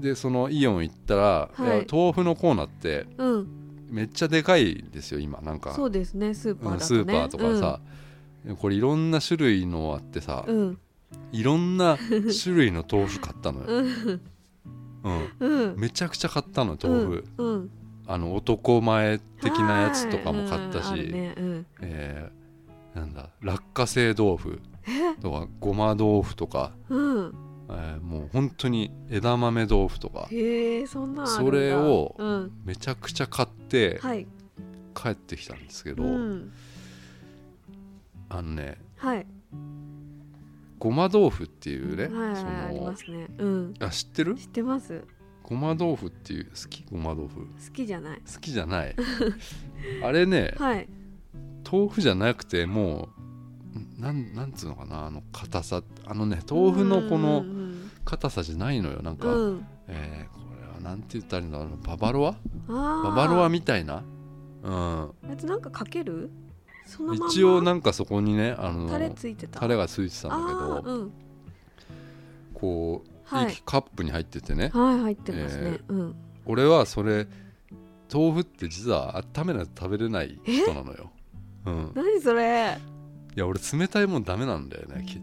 Speaker 2: でそのイオン行ったら、
Speaker 1: はい
Speaker 2: いや豆腐のコーナーって
Speaker 1: うんうん
Speaker 2: めっちゃでかいんですよ今なんか
Speaker 1: そうですねスーパーだ
Speaker 2: うん
Speaker 1: とね
Speaker 2: スーパーとかさ、これいろんな種類のあってさ、
Speaker 1: うん
Speaker 2: いろんな種類の豆腐買ったのよ、
Speaker 1: うん
Speaker 2: うん
Speaker 1: うん
Speaker 2: めちゃくちゃ買ったの豆腐、
Speaker 1: うん
Speaker 2: あの男前的なやつとかも買ったし、
Speaker 1: はいうんあるねうん
Speaker 2: えーなんだ落花生豆腐とかごま豆腐とか、
Speaker 1: うん
Speaker 2: えーもう本当に枝豆豆腐とか
Speaker 1: へえそんなんあるんだ
Speaker 2: それを
Speaker 1: うん
Speaker 2: めちゃくちゃ買って
Speaker 1: はい
Speaker 2: 帰ってきたんですけど、
Speaker 1: うん
Speaker 2: あのね
Speaker 1: はい
Speaker 2: ごま豆腐っていうね、
Speaker 1: はいは
Speaker 2: そ
Speaker 1: いあり
Speaker 2: の
Speaker 1: ますねうん
Speaker 2: あ知ってる
Speaker 1: 知ってます
Speaker 2: ごま豆腐っていう好きごま豆腐
Speaker 1: 好きじゃない
Speaker 2: 好きじ
Speaker 1: *laughs*
Speaker 2: ゃないあれね
Speaker 1: はい
Speaker 2: 豆腐じゃなくてもうんなんなんつうのかなあの硬さあのね豆腐のこ
Speaker 1: う
Speaker 2: の
Speaker 1: ん
Speaker 2: 硬さじゃないのよなん
Speaker 1: う
Speaker 2: か、
Speaker 1: んうん
Speaker 2: えーこれはなんて言ったらいいんだろうなババロア
Speaker 1: あ
Speaker 2: バ
Speaker 1: あ
Speaker 2: バロアみたいな、うん、
Speaker 1: やつなんかかけるそのまんま
Speaker 2: 一応なんかそこにねあの
Speaker 1: タレついてた
Speaker 2: タレがついてたんだけ
Speaker 1: あ
Speaker 2: ど、
Speaker 1: ーうん
Speaker 2: こう、
Speaker 1: はい
Speaker 2: いいカップに入っててね、
Speaker 1: はい入ってますね、うん
Speaker 2: 俺はそれ豆腐って実は温めないと食べれない人なのよ、うん、
Speaker 1: 何それ
Speaker 2: いや俺冷たいもんダメなんだよねき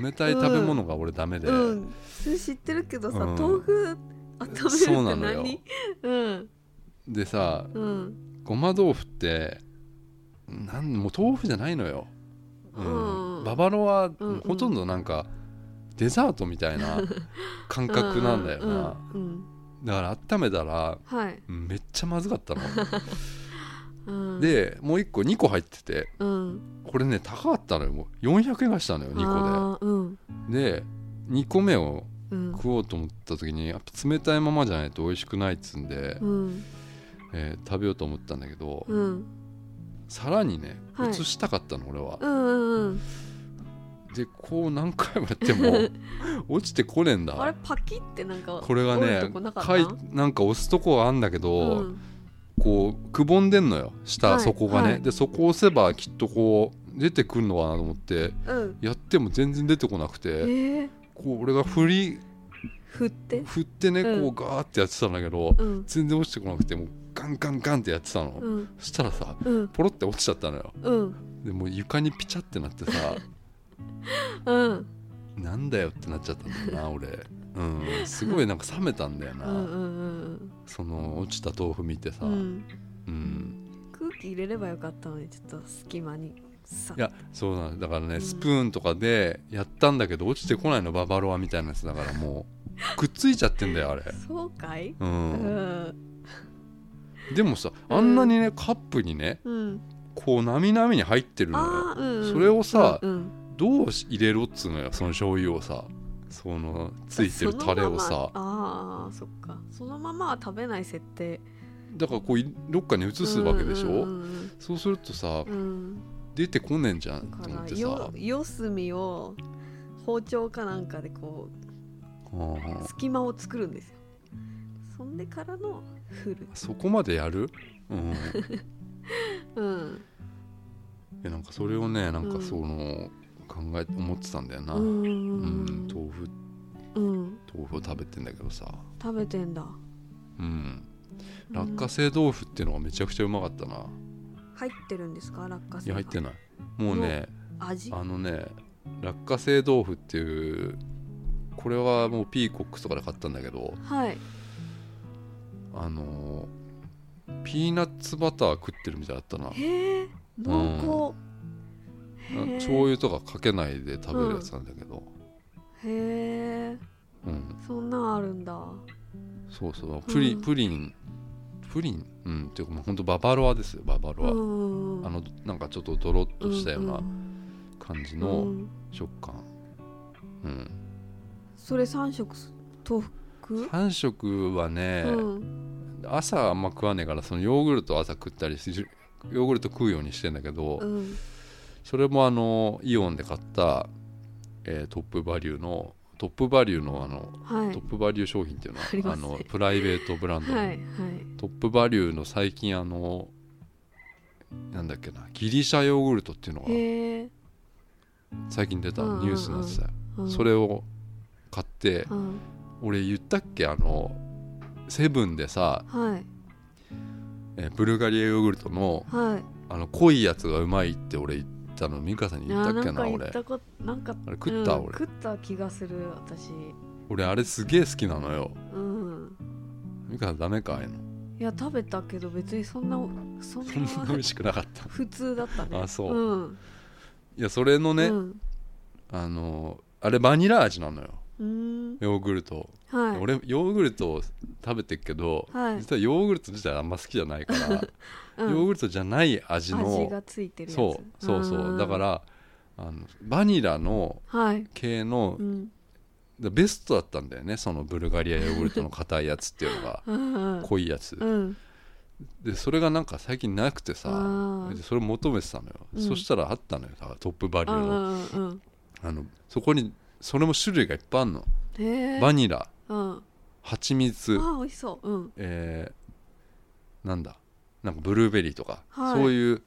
Speaker 2: 冷たい食べ物が俺ダメで、
Speaker 1: うんそれ知ってるけどさ、
Speaker 2: うん
Speaker 1: 豆腐温めるって何
Speaker 2: そうなのよ
Speaker 1: うん
Speaker 2: でさ
Speaker 1: うん
Speaker 2: ごま豆腐ってなんもう豆腐じゃないのよ、うん
Speaker 1: うん
Speaker 2: ババロは
Speaker 1: うんうん
Speaker 2: ほとんどなんかデザートみた
Speaker 1: *laughs*
Speaker 2: いな感覚なんだよな、
Speaker 1: うんうんうん
Speaker 2: だから温めたら
Speaker 1: はい、
Speaker 2: めっちゃまずかった
Speaker 1: *laughs*
Speaker 2: の
Speaker 1: うん、
Speaker 2: でもう1個2個入ってて
Speaker 1: うん、
Speaker 2: これね高かったのよもう400円がしたのよ2
Speaker 1: あーうん
Speaker 2: 個でで2個目を
Speaker 1: うん
Speaker 2: 食おうと思った時にやっぱ冷たいままじゃないと美味しくないっつうんで、
Speaker 1: うん
Speaker 2: えー食べようと思ったんだけど、
Speaker 1: うん
Speaker 2: さらにね
Speaker 1: はい
Speaker 2: 移したかったの俺は、
Speaker 1: うんうんうん
Speaker 2: でこう何回もやっ
Speaker 1: *laughs*
Speaker 2: ても落ちてこねえん
Speaker 1: あれ
Speaker 2: だ
Speaker 1: パキってなんか
Speaker 2: これが
Speaker 1: 折る
Speaker 2: ね
Speaker 1: とこなかった
Speaker 2: かいなんか押すとこはあんだけ
Speaker 1: う
Speaker 2: ど、
Speaker 1: ん
Speaker 2: こうくぼんでんのよ下、
Speaker 1: はい
Speaker 2: 底がね、
Speaker 1: はい
Speaker 2: でそこを押せばきっとこう出てくるのかなと思って
Speaker 1: うん
Speaker 2: やっても全然出てこなく
Speaker 1: え
Speaker 2: て
Speaker 1: ー、
Speaker 2: こう俺が振り
Speaker 1: 振って
Speaker 2: 振ってね
Speaker 1: うん
Speaker 2: こうガーってやってたんだけど、
Speaker 1: うん
Speaker 2: 全然落ちてこなくてもうガンガンガンってやってたの、
Speaker 1: うん
Speaker 2: そしたらさ
Speaker 1: うん
Speaker 2: ポロって落ちちゃったのよ
Speaker 1: うん
Speaker 2: でもう床にピチャってなってさ
Speaker 1: うん
Speaker 2: なんだよってなっちゃったん
Speaker 1: *laughs*
Speaker 2: だよな俺うんすごいなんか冷めたんだよ
Speaker 1: う
Speaker 2: な、
Speaker 1: んうん
Speaker 2: その落ちた豆腐見てさ、
Speaker 1: う
Speaker 2: うん
Speaker 1: ん空気入れればよかったのにちょっと隙間にさ
Speaker 2: いやそうなのだから
Speaker 1: う
Speaker 2: ね
Speaker 1: ん
Speaker 2: スプーンとかでやったんだけど落ちてこないのババロアみたいなやつだからも
Speaker 1: *laughs*
Speaker 2: うくっついちゃってんだよあれ
Speaker 1: そうかい
Speaker 2: うん、
Speaker 1: ん
Speaker 2: でもさあんなにねカップにね
Speaker 1: うん
Speaker 2: こうなみなみに入ってるのよ
Speaker 1: あーうんうん
Speaker 2: それをさ
Speaker 1: うんうん
Speaker 2: どう入れろっつうのよその醤油をさそのついてるタレを
Speaker 1: そ
Speaker 2: さ
Speaker 1: のままあーそっかそのままは食べない設定
Speaker 2: だからこういどっかに移すわけでしょ、
Speaker 1: うん
Speaker 2: そうするとさ
Speaker 1: うんうん
Speaker 2: 出てこねえんじゃん
Speaker 1: うんだ
Speaker 2: と
Speaker 1: か
Speaker 2: 思っ
Speaker 1: ら
Speaker 2: て
Speaker 1: よ
Speaker 2: さ、
Speaker 1: 四隅を包丁かなんかでこ
Speaker 2: うん
Speaker 1: う隙間を作るんですよそんでからの振る
Speaker 2: そこまでやる、うん、
Speaker 1: うん
Speaker 2: えなんかそれをねなん
Speaker 1: う
Speaker 2: か
Speaker 1: ん
Speaker 2: その、考え思ってたんだよな、
Speaker 1: う
Speaker 2: うん
Speaker 1: んうん
Speaker 2: 豆腐
Speaker 1: うん
Speaker 2: 豆腐を食べてんだけどさ、
Speaker 1: 食べてんだ
Speaker 2: うん、落花生豆腐っていうのがめちゃくちゃうまかったな、
Speaker 1: 入ってるんですか落花
Speaker 2: い
Speaker 1: 生
Speaker 2: や
Speaker 1: が
Speaker 2: 入ってないもうね
Speaker 1: 味
Speaker 2: あのね落花生豆腐っていうこれはもうピーコックスとかで買ったんだけど
Speaker 1: はい
Speaker 2: あのーピーナッツバター食ってるみたいだったな
Speaker 1: へえ濃厚、へえ
Speaker 2: 醤油とかかけないで食べるやつなんだけど、
Speaker 1: へえ
Speaker 2: うん
Speaker 1: そんなんあるんだ
Speaker 2: そうそうプリ,、
Speaker 1: うん
Speaker 2: プリンプリンうんっていうかもうほんとババロアですよババロア、
Speaker 1: うん
Speaker 2: あのなんかちょっとドロッとしたような感じ
Speaker 1: う
Speaker 2: の
Speaker 1: ん
Speaker 2: 食感うん、
Speaker 1: それ3食豆腐
Speaker 2: 3食はね、
Speaker 1: うん
Speaker 2: 朝あんま食わねえからそのヨーグルト朝食ったりしヨーグルト食うようにしてんだけど、
Speaker 1: うん
Speaker 2: それもあのイオンで買った、えートップバリューのトップバリューのあの、
Speaker 1: はい
Speaker 2: トップバリュー商品っていうのは
Speaker 1: ありますね
Speaker 2: のプライベートブランドの、
Speaker 1: はいはい
Speaker 2: トップバリューの最近あのなんだっけなギリシャヨーグルトっていうのが
Speaker 1: へえ、
Speaker 2: 最近出た
Speaker 1: うんうんうん
Speaker 2: ニュースになってたよ、
Speaker 1: うん、
Speaker 2: それを買って
Speaker 1: うん
Speaker 2: 俺言ったっけあのセブンでさ、
Speaker 1: はい
Speaker 2: えーブルガリアヨーグルトの
Speaker 1: はい
Speaker 2: あの濃いやつがうまいって俺言ったの美香さんに言ったっけな
Speaker 1: あーなんか言
Speaker 2: 俺
Speaker 1: ったこなんか
Speaker 2: あれ食った、
Speaker 1: うん
Speaker 2: 俺
Speaker 1: 食った気がする私
Speaker 2: 俺あれすげえ好きなのよ
Speaker 1: うん
Speaker 2: 美香さんダメかああいうの
Speaker 1: いや食べたけど別にそんなそん
Speaker 2: そんな美
Speaker 1: な
Speaker 2: 味しくなかった
Speaker 1: 普通だったね
Speaker 2: あそう
Speaker 1: うん
Speaker 2: いやそれのね、
Speaker 1: うん
Speaker 2: あのあれバニラ味なのよ
Speaker 1: うーん
Speaker 2: ヨーグルト
Speaker 1: はい
Speaker 2: 俺ヨーグルトを食べてるけど、
Speaker 1: はい
Speaker 2: 実はヨーグルト自体あんま好きじゃないから、
Speaker 1: うん
Speaker 2: ヨーグルトじゃない味の
Speaker 1: 味がついてるやつ
Speaker 2: そうそうそ
Speaker 1: ん
Speaker 2: うだからあのバニラの
Speaker 1: はい、
Speaker 2: 系の
Speaker 1: うん
Speaker 2: でベストだったんだよねそのブルガリアヨーグルトの硬いやつっていうのが
Speaker 1: *laughs* うん
Speaker 2: 濃いやつ
Speaker 1: うん
Speaker 2: でそれがなんか最近なくてさ
Speaker 1: あー
Speaker 2: でそれ求めてたのよ、
Speaker 1: うん
Speaker 2: そしたらあったのよだからトップバリ
Speaker 1: う
Speaker 2: ュー
Speaker 1: ん
Speaker 2: の
Speaker 1: うん
Speaker 2: あのそこにそれも種類がいっぱいあるの
Speaker 1: うんへえ
Speaker 2: バニラ
Speaker 1: うん
Speaker 2: 蜂蜜
Speaker 1: ああ美味しそううん
Speaker 2: えーなんだなんかブルーベリーとか、
Speaker 1: はい
Speaker 2: そういう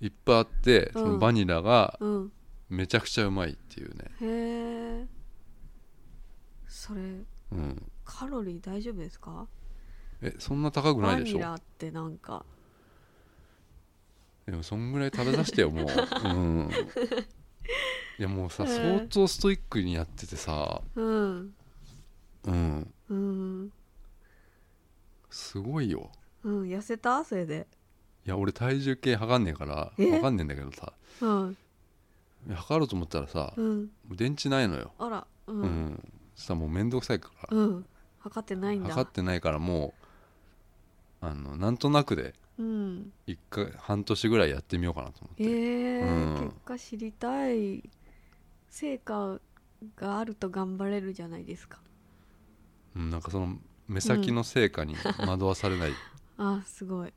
Speaker 2: いっぱいあってそのバニラが
Speaker 1: うん
Speaker 2: めちゃくちゃうまいっていうね、
Speaker 1: へえそれ
Speaker 2: うん、
Speaker 1: カロリー大丈夫ですか
Speaker 2: えそんな高くな
Speaker 1: バ
Speaker 2: いでし
Speaker 1: ニ
Speaker 2: ょ
Speaker 1: ラってなんか
Speaker 2: でもそんぐらい食べさせて
Speaker 1: *laughs*
Speaker 2: よもう、うん、いやもうさ
Speaker 1: うん
Speaker 2: 相当ストイックにやっててさ、
Speaker 1: うん
Speaker 2: うん、
Speaker 1: うん
Speaker 2: すごいよ
Speaker 1: うん痩せたそれで
Speaker 2: いや俺体重計測んねえから
Speaker 1: え
Speaker 2: わかんねえんだけどさ
Speaker 1: うん
Speaker 2: 測ろうと思ったらさ、
Speaker 1: うん
Speaker 2: 電池ないのよ、
Speaker 1: あらう
Speaker 2: うん
Speaker 1: ん
Speaker 2: そしたらもうめんどくさいから、
Speaker 1: うん測ってないんだ
Speaker 2: 測ってないからもうあのなんとなくで
Speaker 1: うん
Speaker 2: 一回半年ぐらいやってみようかなと思って、
Speaker 1: ええ
Speaker 2: うん
Speaker 1: 結果知りたい成果があると頑張れるじゃないですか
Speaker 2: うん、なんかその目先の成果に惑わされない、
Speaker 1: *laughs* あーすごい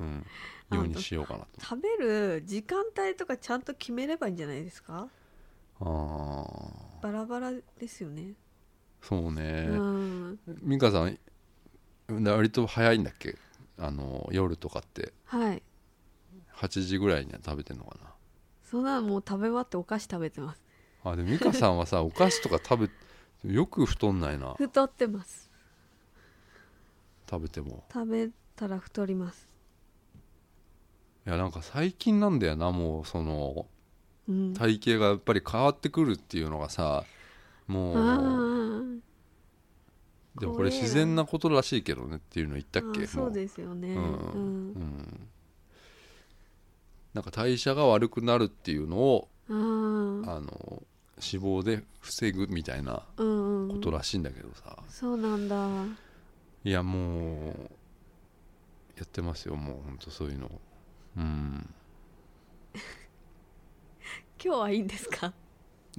Speaker 2: うん
Speaker 1: あ
Speaker 2: ようにしようかなと
Speaker 1: 食べる時間帯とかちゃんと決めればいいんじゃないですか
Speaker 2: ああ
Speaker 1: バラバラですよね、
Speaker 2: そうね
Speaker 1: うん
Speaker 2: 美香さん割と早いんだっけあの夜とかって
Speaker 1: はい
Speaker 2: 8時ぐらいには食べてんのか
Speaker 1: そんなのもう食べ終わってお菓子食べてます
Speaker 2: なあでも美香さんはさお菓子とか食べよく太んないな
Speaker 1: 太ってます
Speaker 2: 食べても
Speaker 1: 食べたら太ります
Speaker 2: いやなんか最近なんだよなもうその
Speaker 1: うん
Speaker 2: 体型がやっぱり変わってくるっていうのがさ
Speaker 1: あ
Speaker 2: もう
Speaker 1: ー
Speaker 2: でもこ
Speaker 1: 怖
Speaker 2: れ
Speaker 1: えな
Speaker 2: 自然なことらしいけどねっていうの言っ
Speaker 1: あ
Speaker 2: たっけ
Speaker 1: ーそう
Speaker 2: す
Speaker 1: ですよね
Speaker 2: う
Speaker 1: うんん、
Speaker 2: うんなんか代謝が悪くなるっていうのを
Speaker 1: うん、あ
Speaker 2: あの脂肪で防ぐみたいな
Speaker 1: ーうんう
Speaker 2: こ
Speaker 1: ん
Speaker 2: とらしいんだけどさ、
Speaker 1: そうなんだ
Speaker 2: いやもうやってますよもうほんとそういうのうん
Speaker 1: 今日はいいんですか
Speaker 2: だか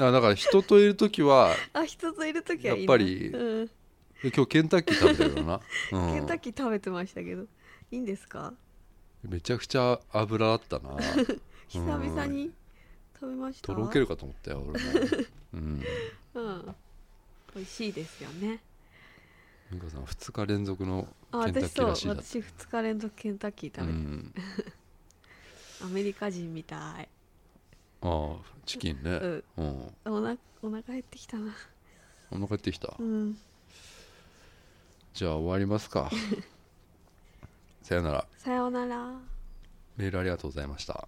Speaker 2: らだから人といる時は
Speaker 1: あ人といる時はいいな
Speaker 2: やっぱり
Speaker 1: うん、
Speaker 2: 今日ケンタッキー食べたよな、
Speaker 1: ケ
Speaker 2: う
Speaker 1: ン
Speaker 2: ん
Speaker 1: タッ、キー食べてましたけどいいんですか
Speaker 2: めちゃくちゃ油あったな
Speaker 1: 久々に食べました
Speaker 2: とろけるかと思ったよ俺も、
Speaker 1: *laughs*
Speaker 2: うん、
Speaker 1: うん美味しいですよね
Speaker 2: 美香さん2日連続の
Speaker 1: あ
Speaker 2: ケンタ
Speaker 1: 私
Speaker 2: ッキ
Speaker 1: そう
Speaker 2: ーらしいだって
Speaker 1: 私2日連続ケンタッキー食べ
Speaker 2: う
Speaker 1: て、
Speaker 2: ん、
Speaker 1: アメリカ人みたい
Speaker 2: ああチキンね、
Speaker 1: うん
Speaker 2: うん
Speaker 1: おなお腹減ってきたな
Speaker 2: お腹減ってきた、
Speaker 1: うん
Speaker 2: じゃあ終わりま
Speaker 1: *laughs*
Speaker 2: すかさよなら
Speaker 1: さようなら
Speaker 2: メールありがとうございました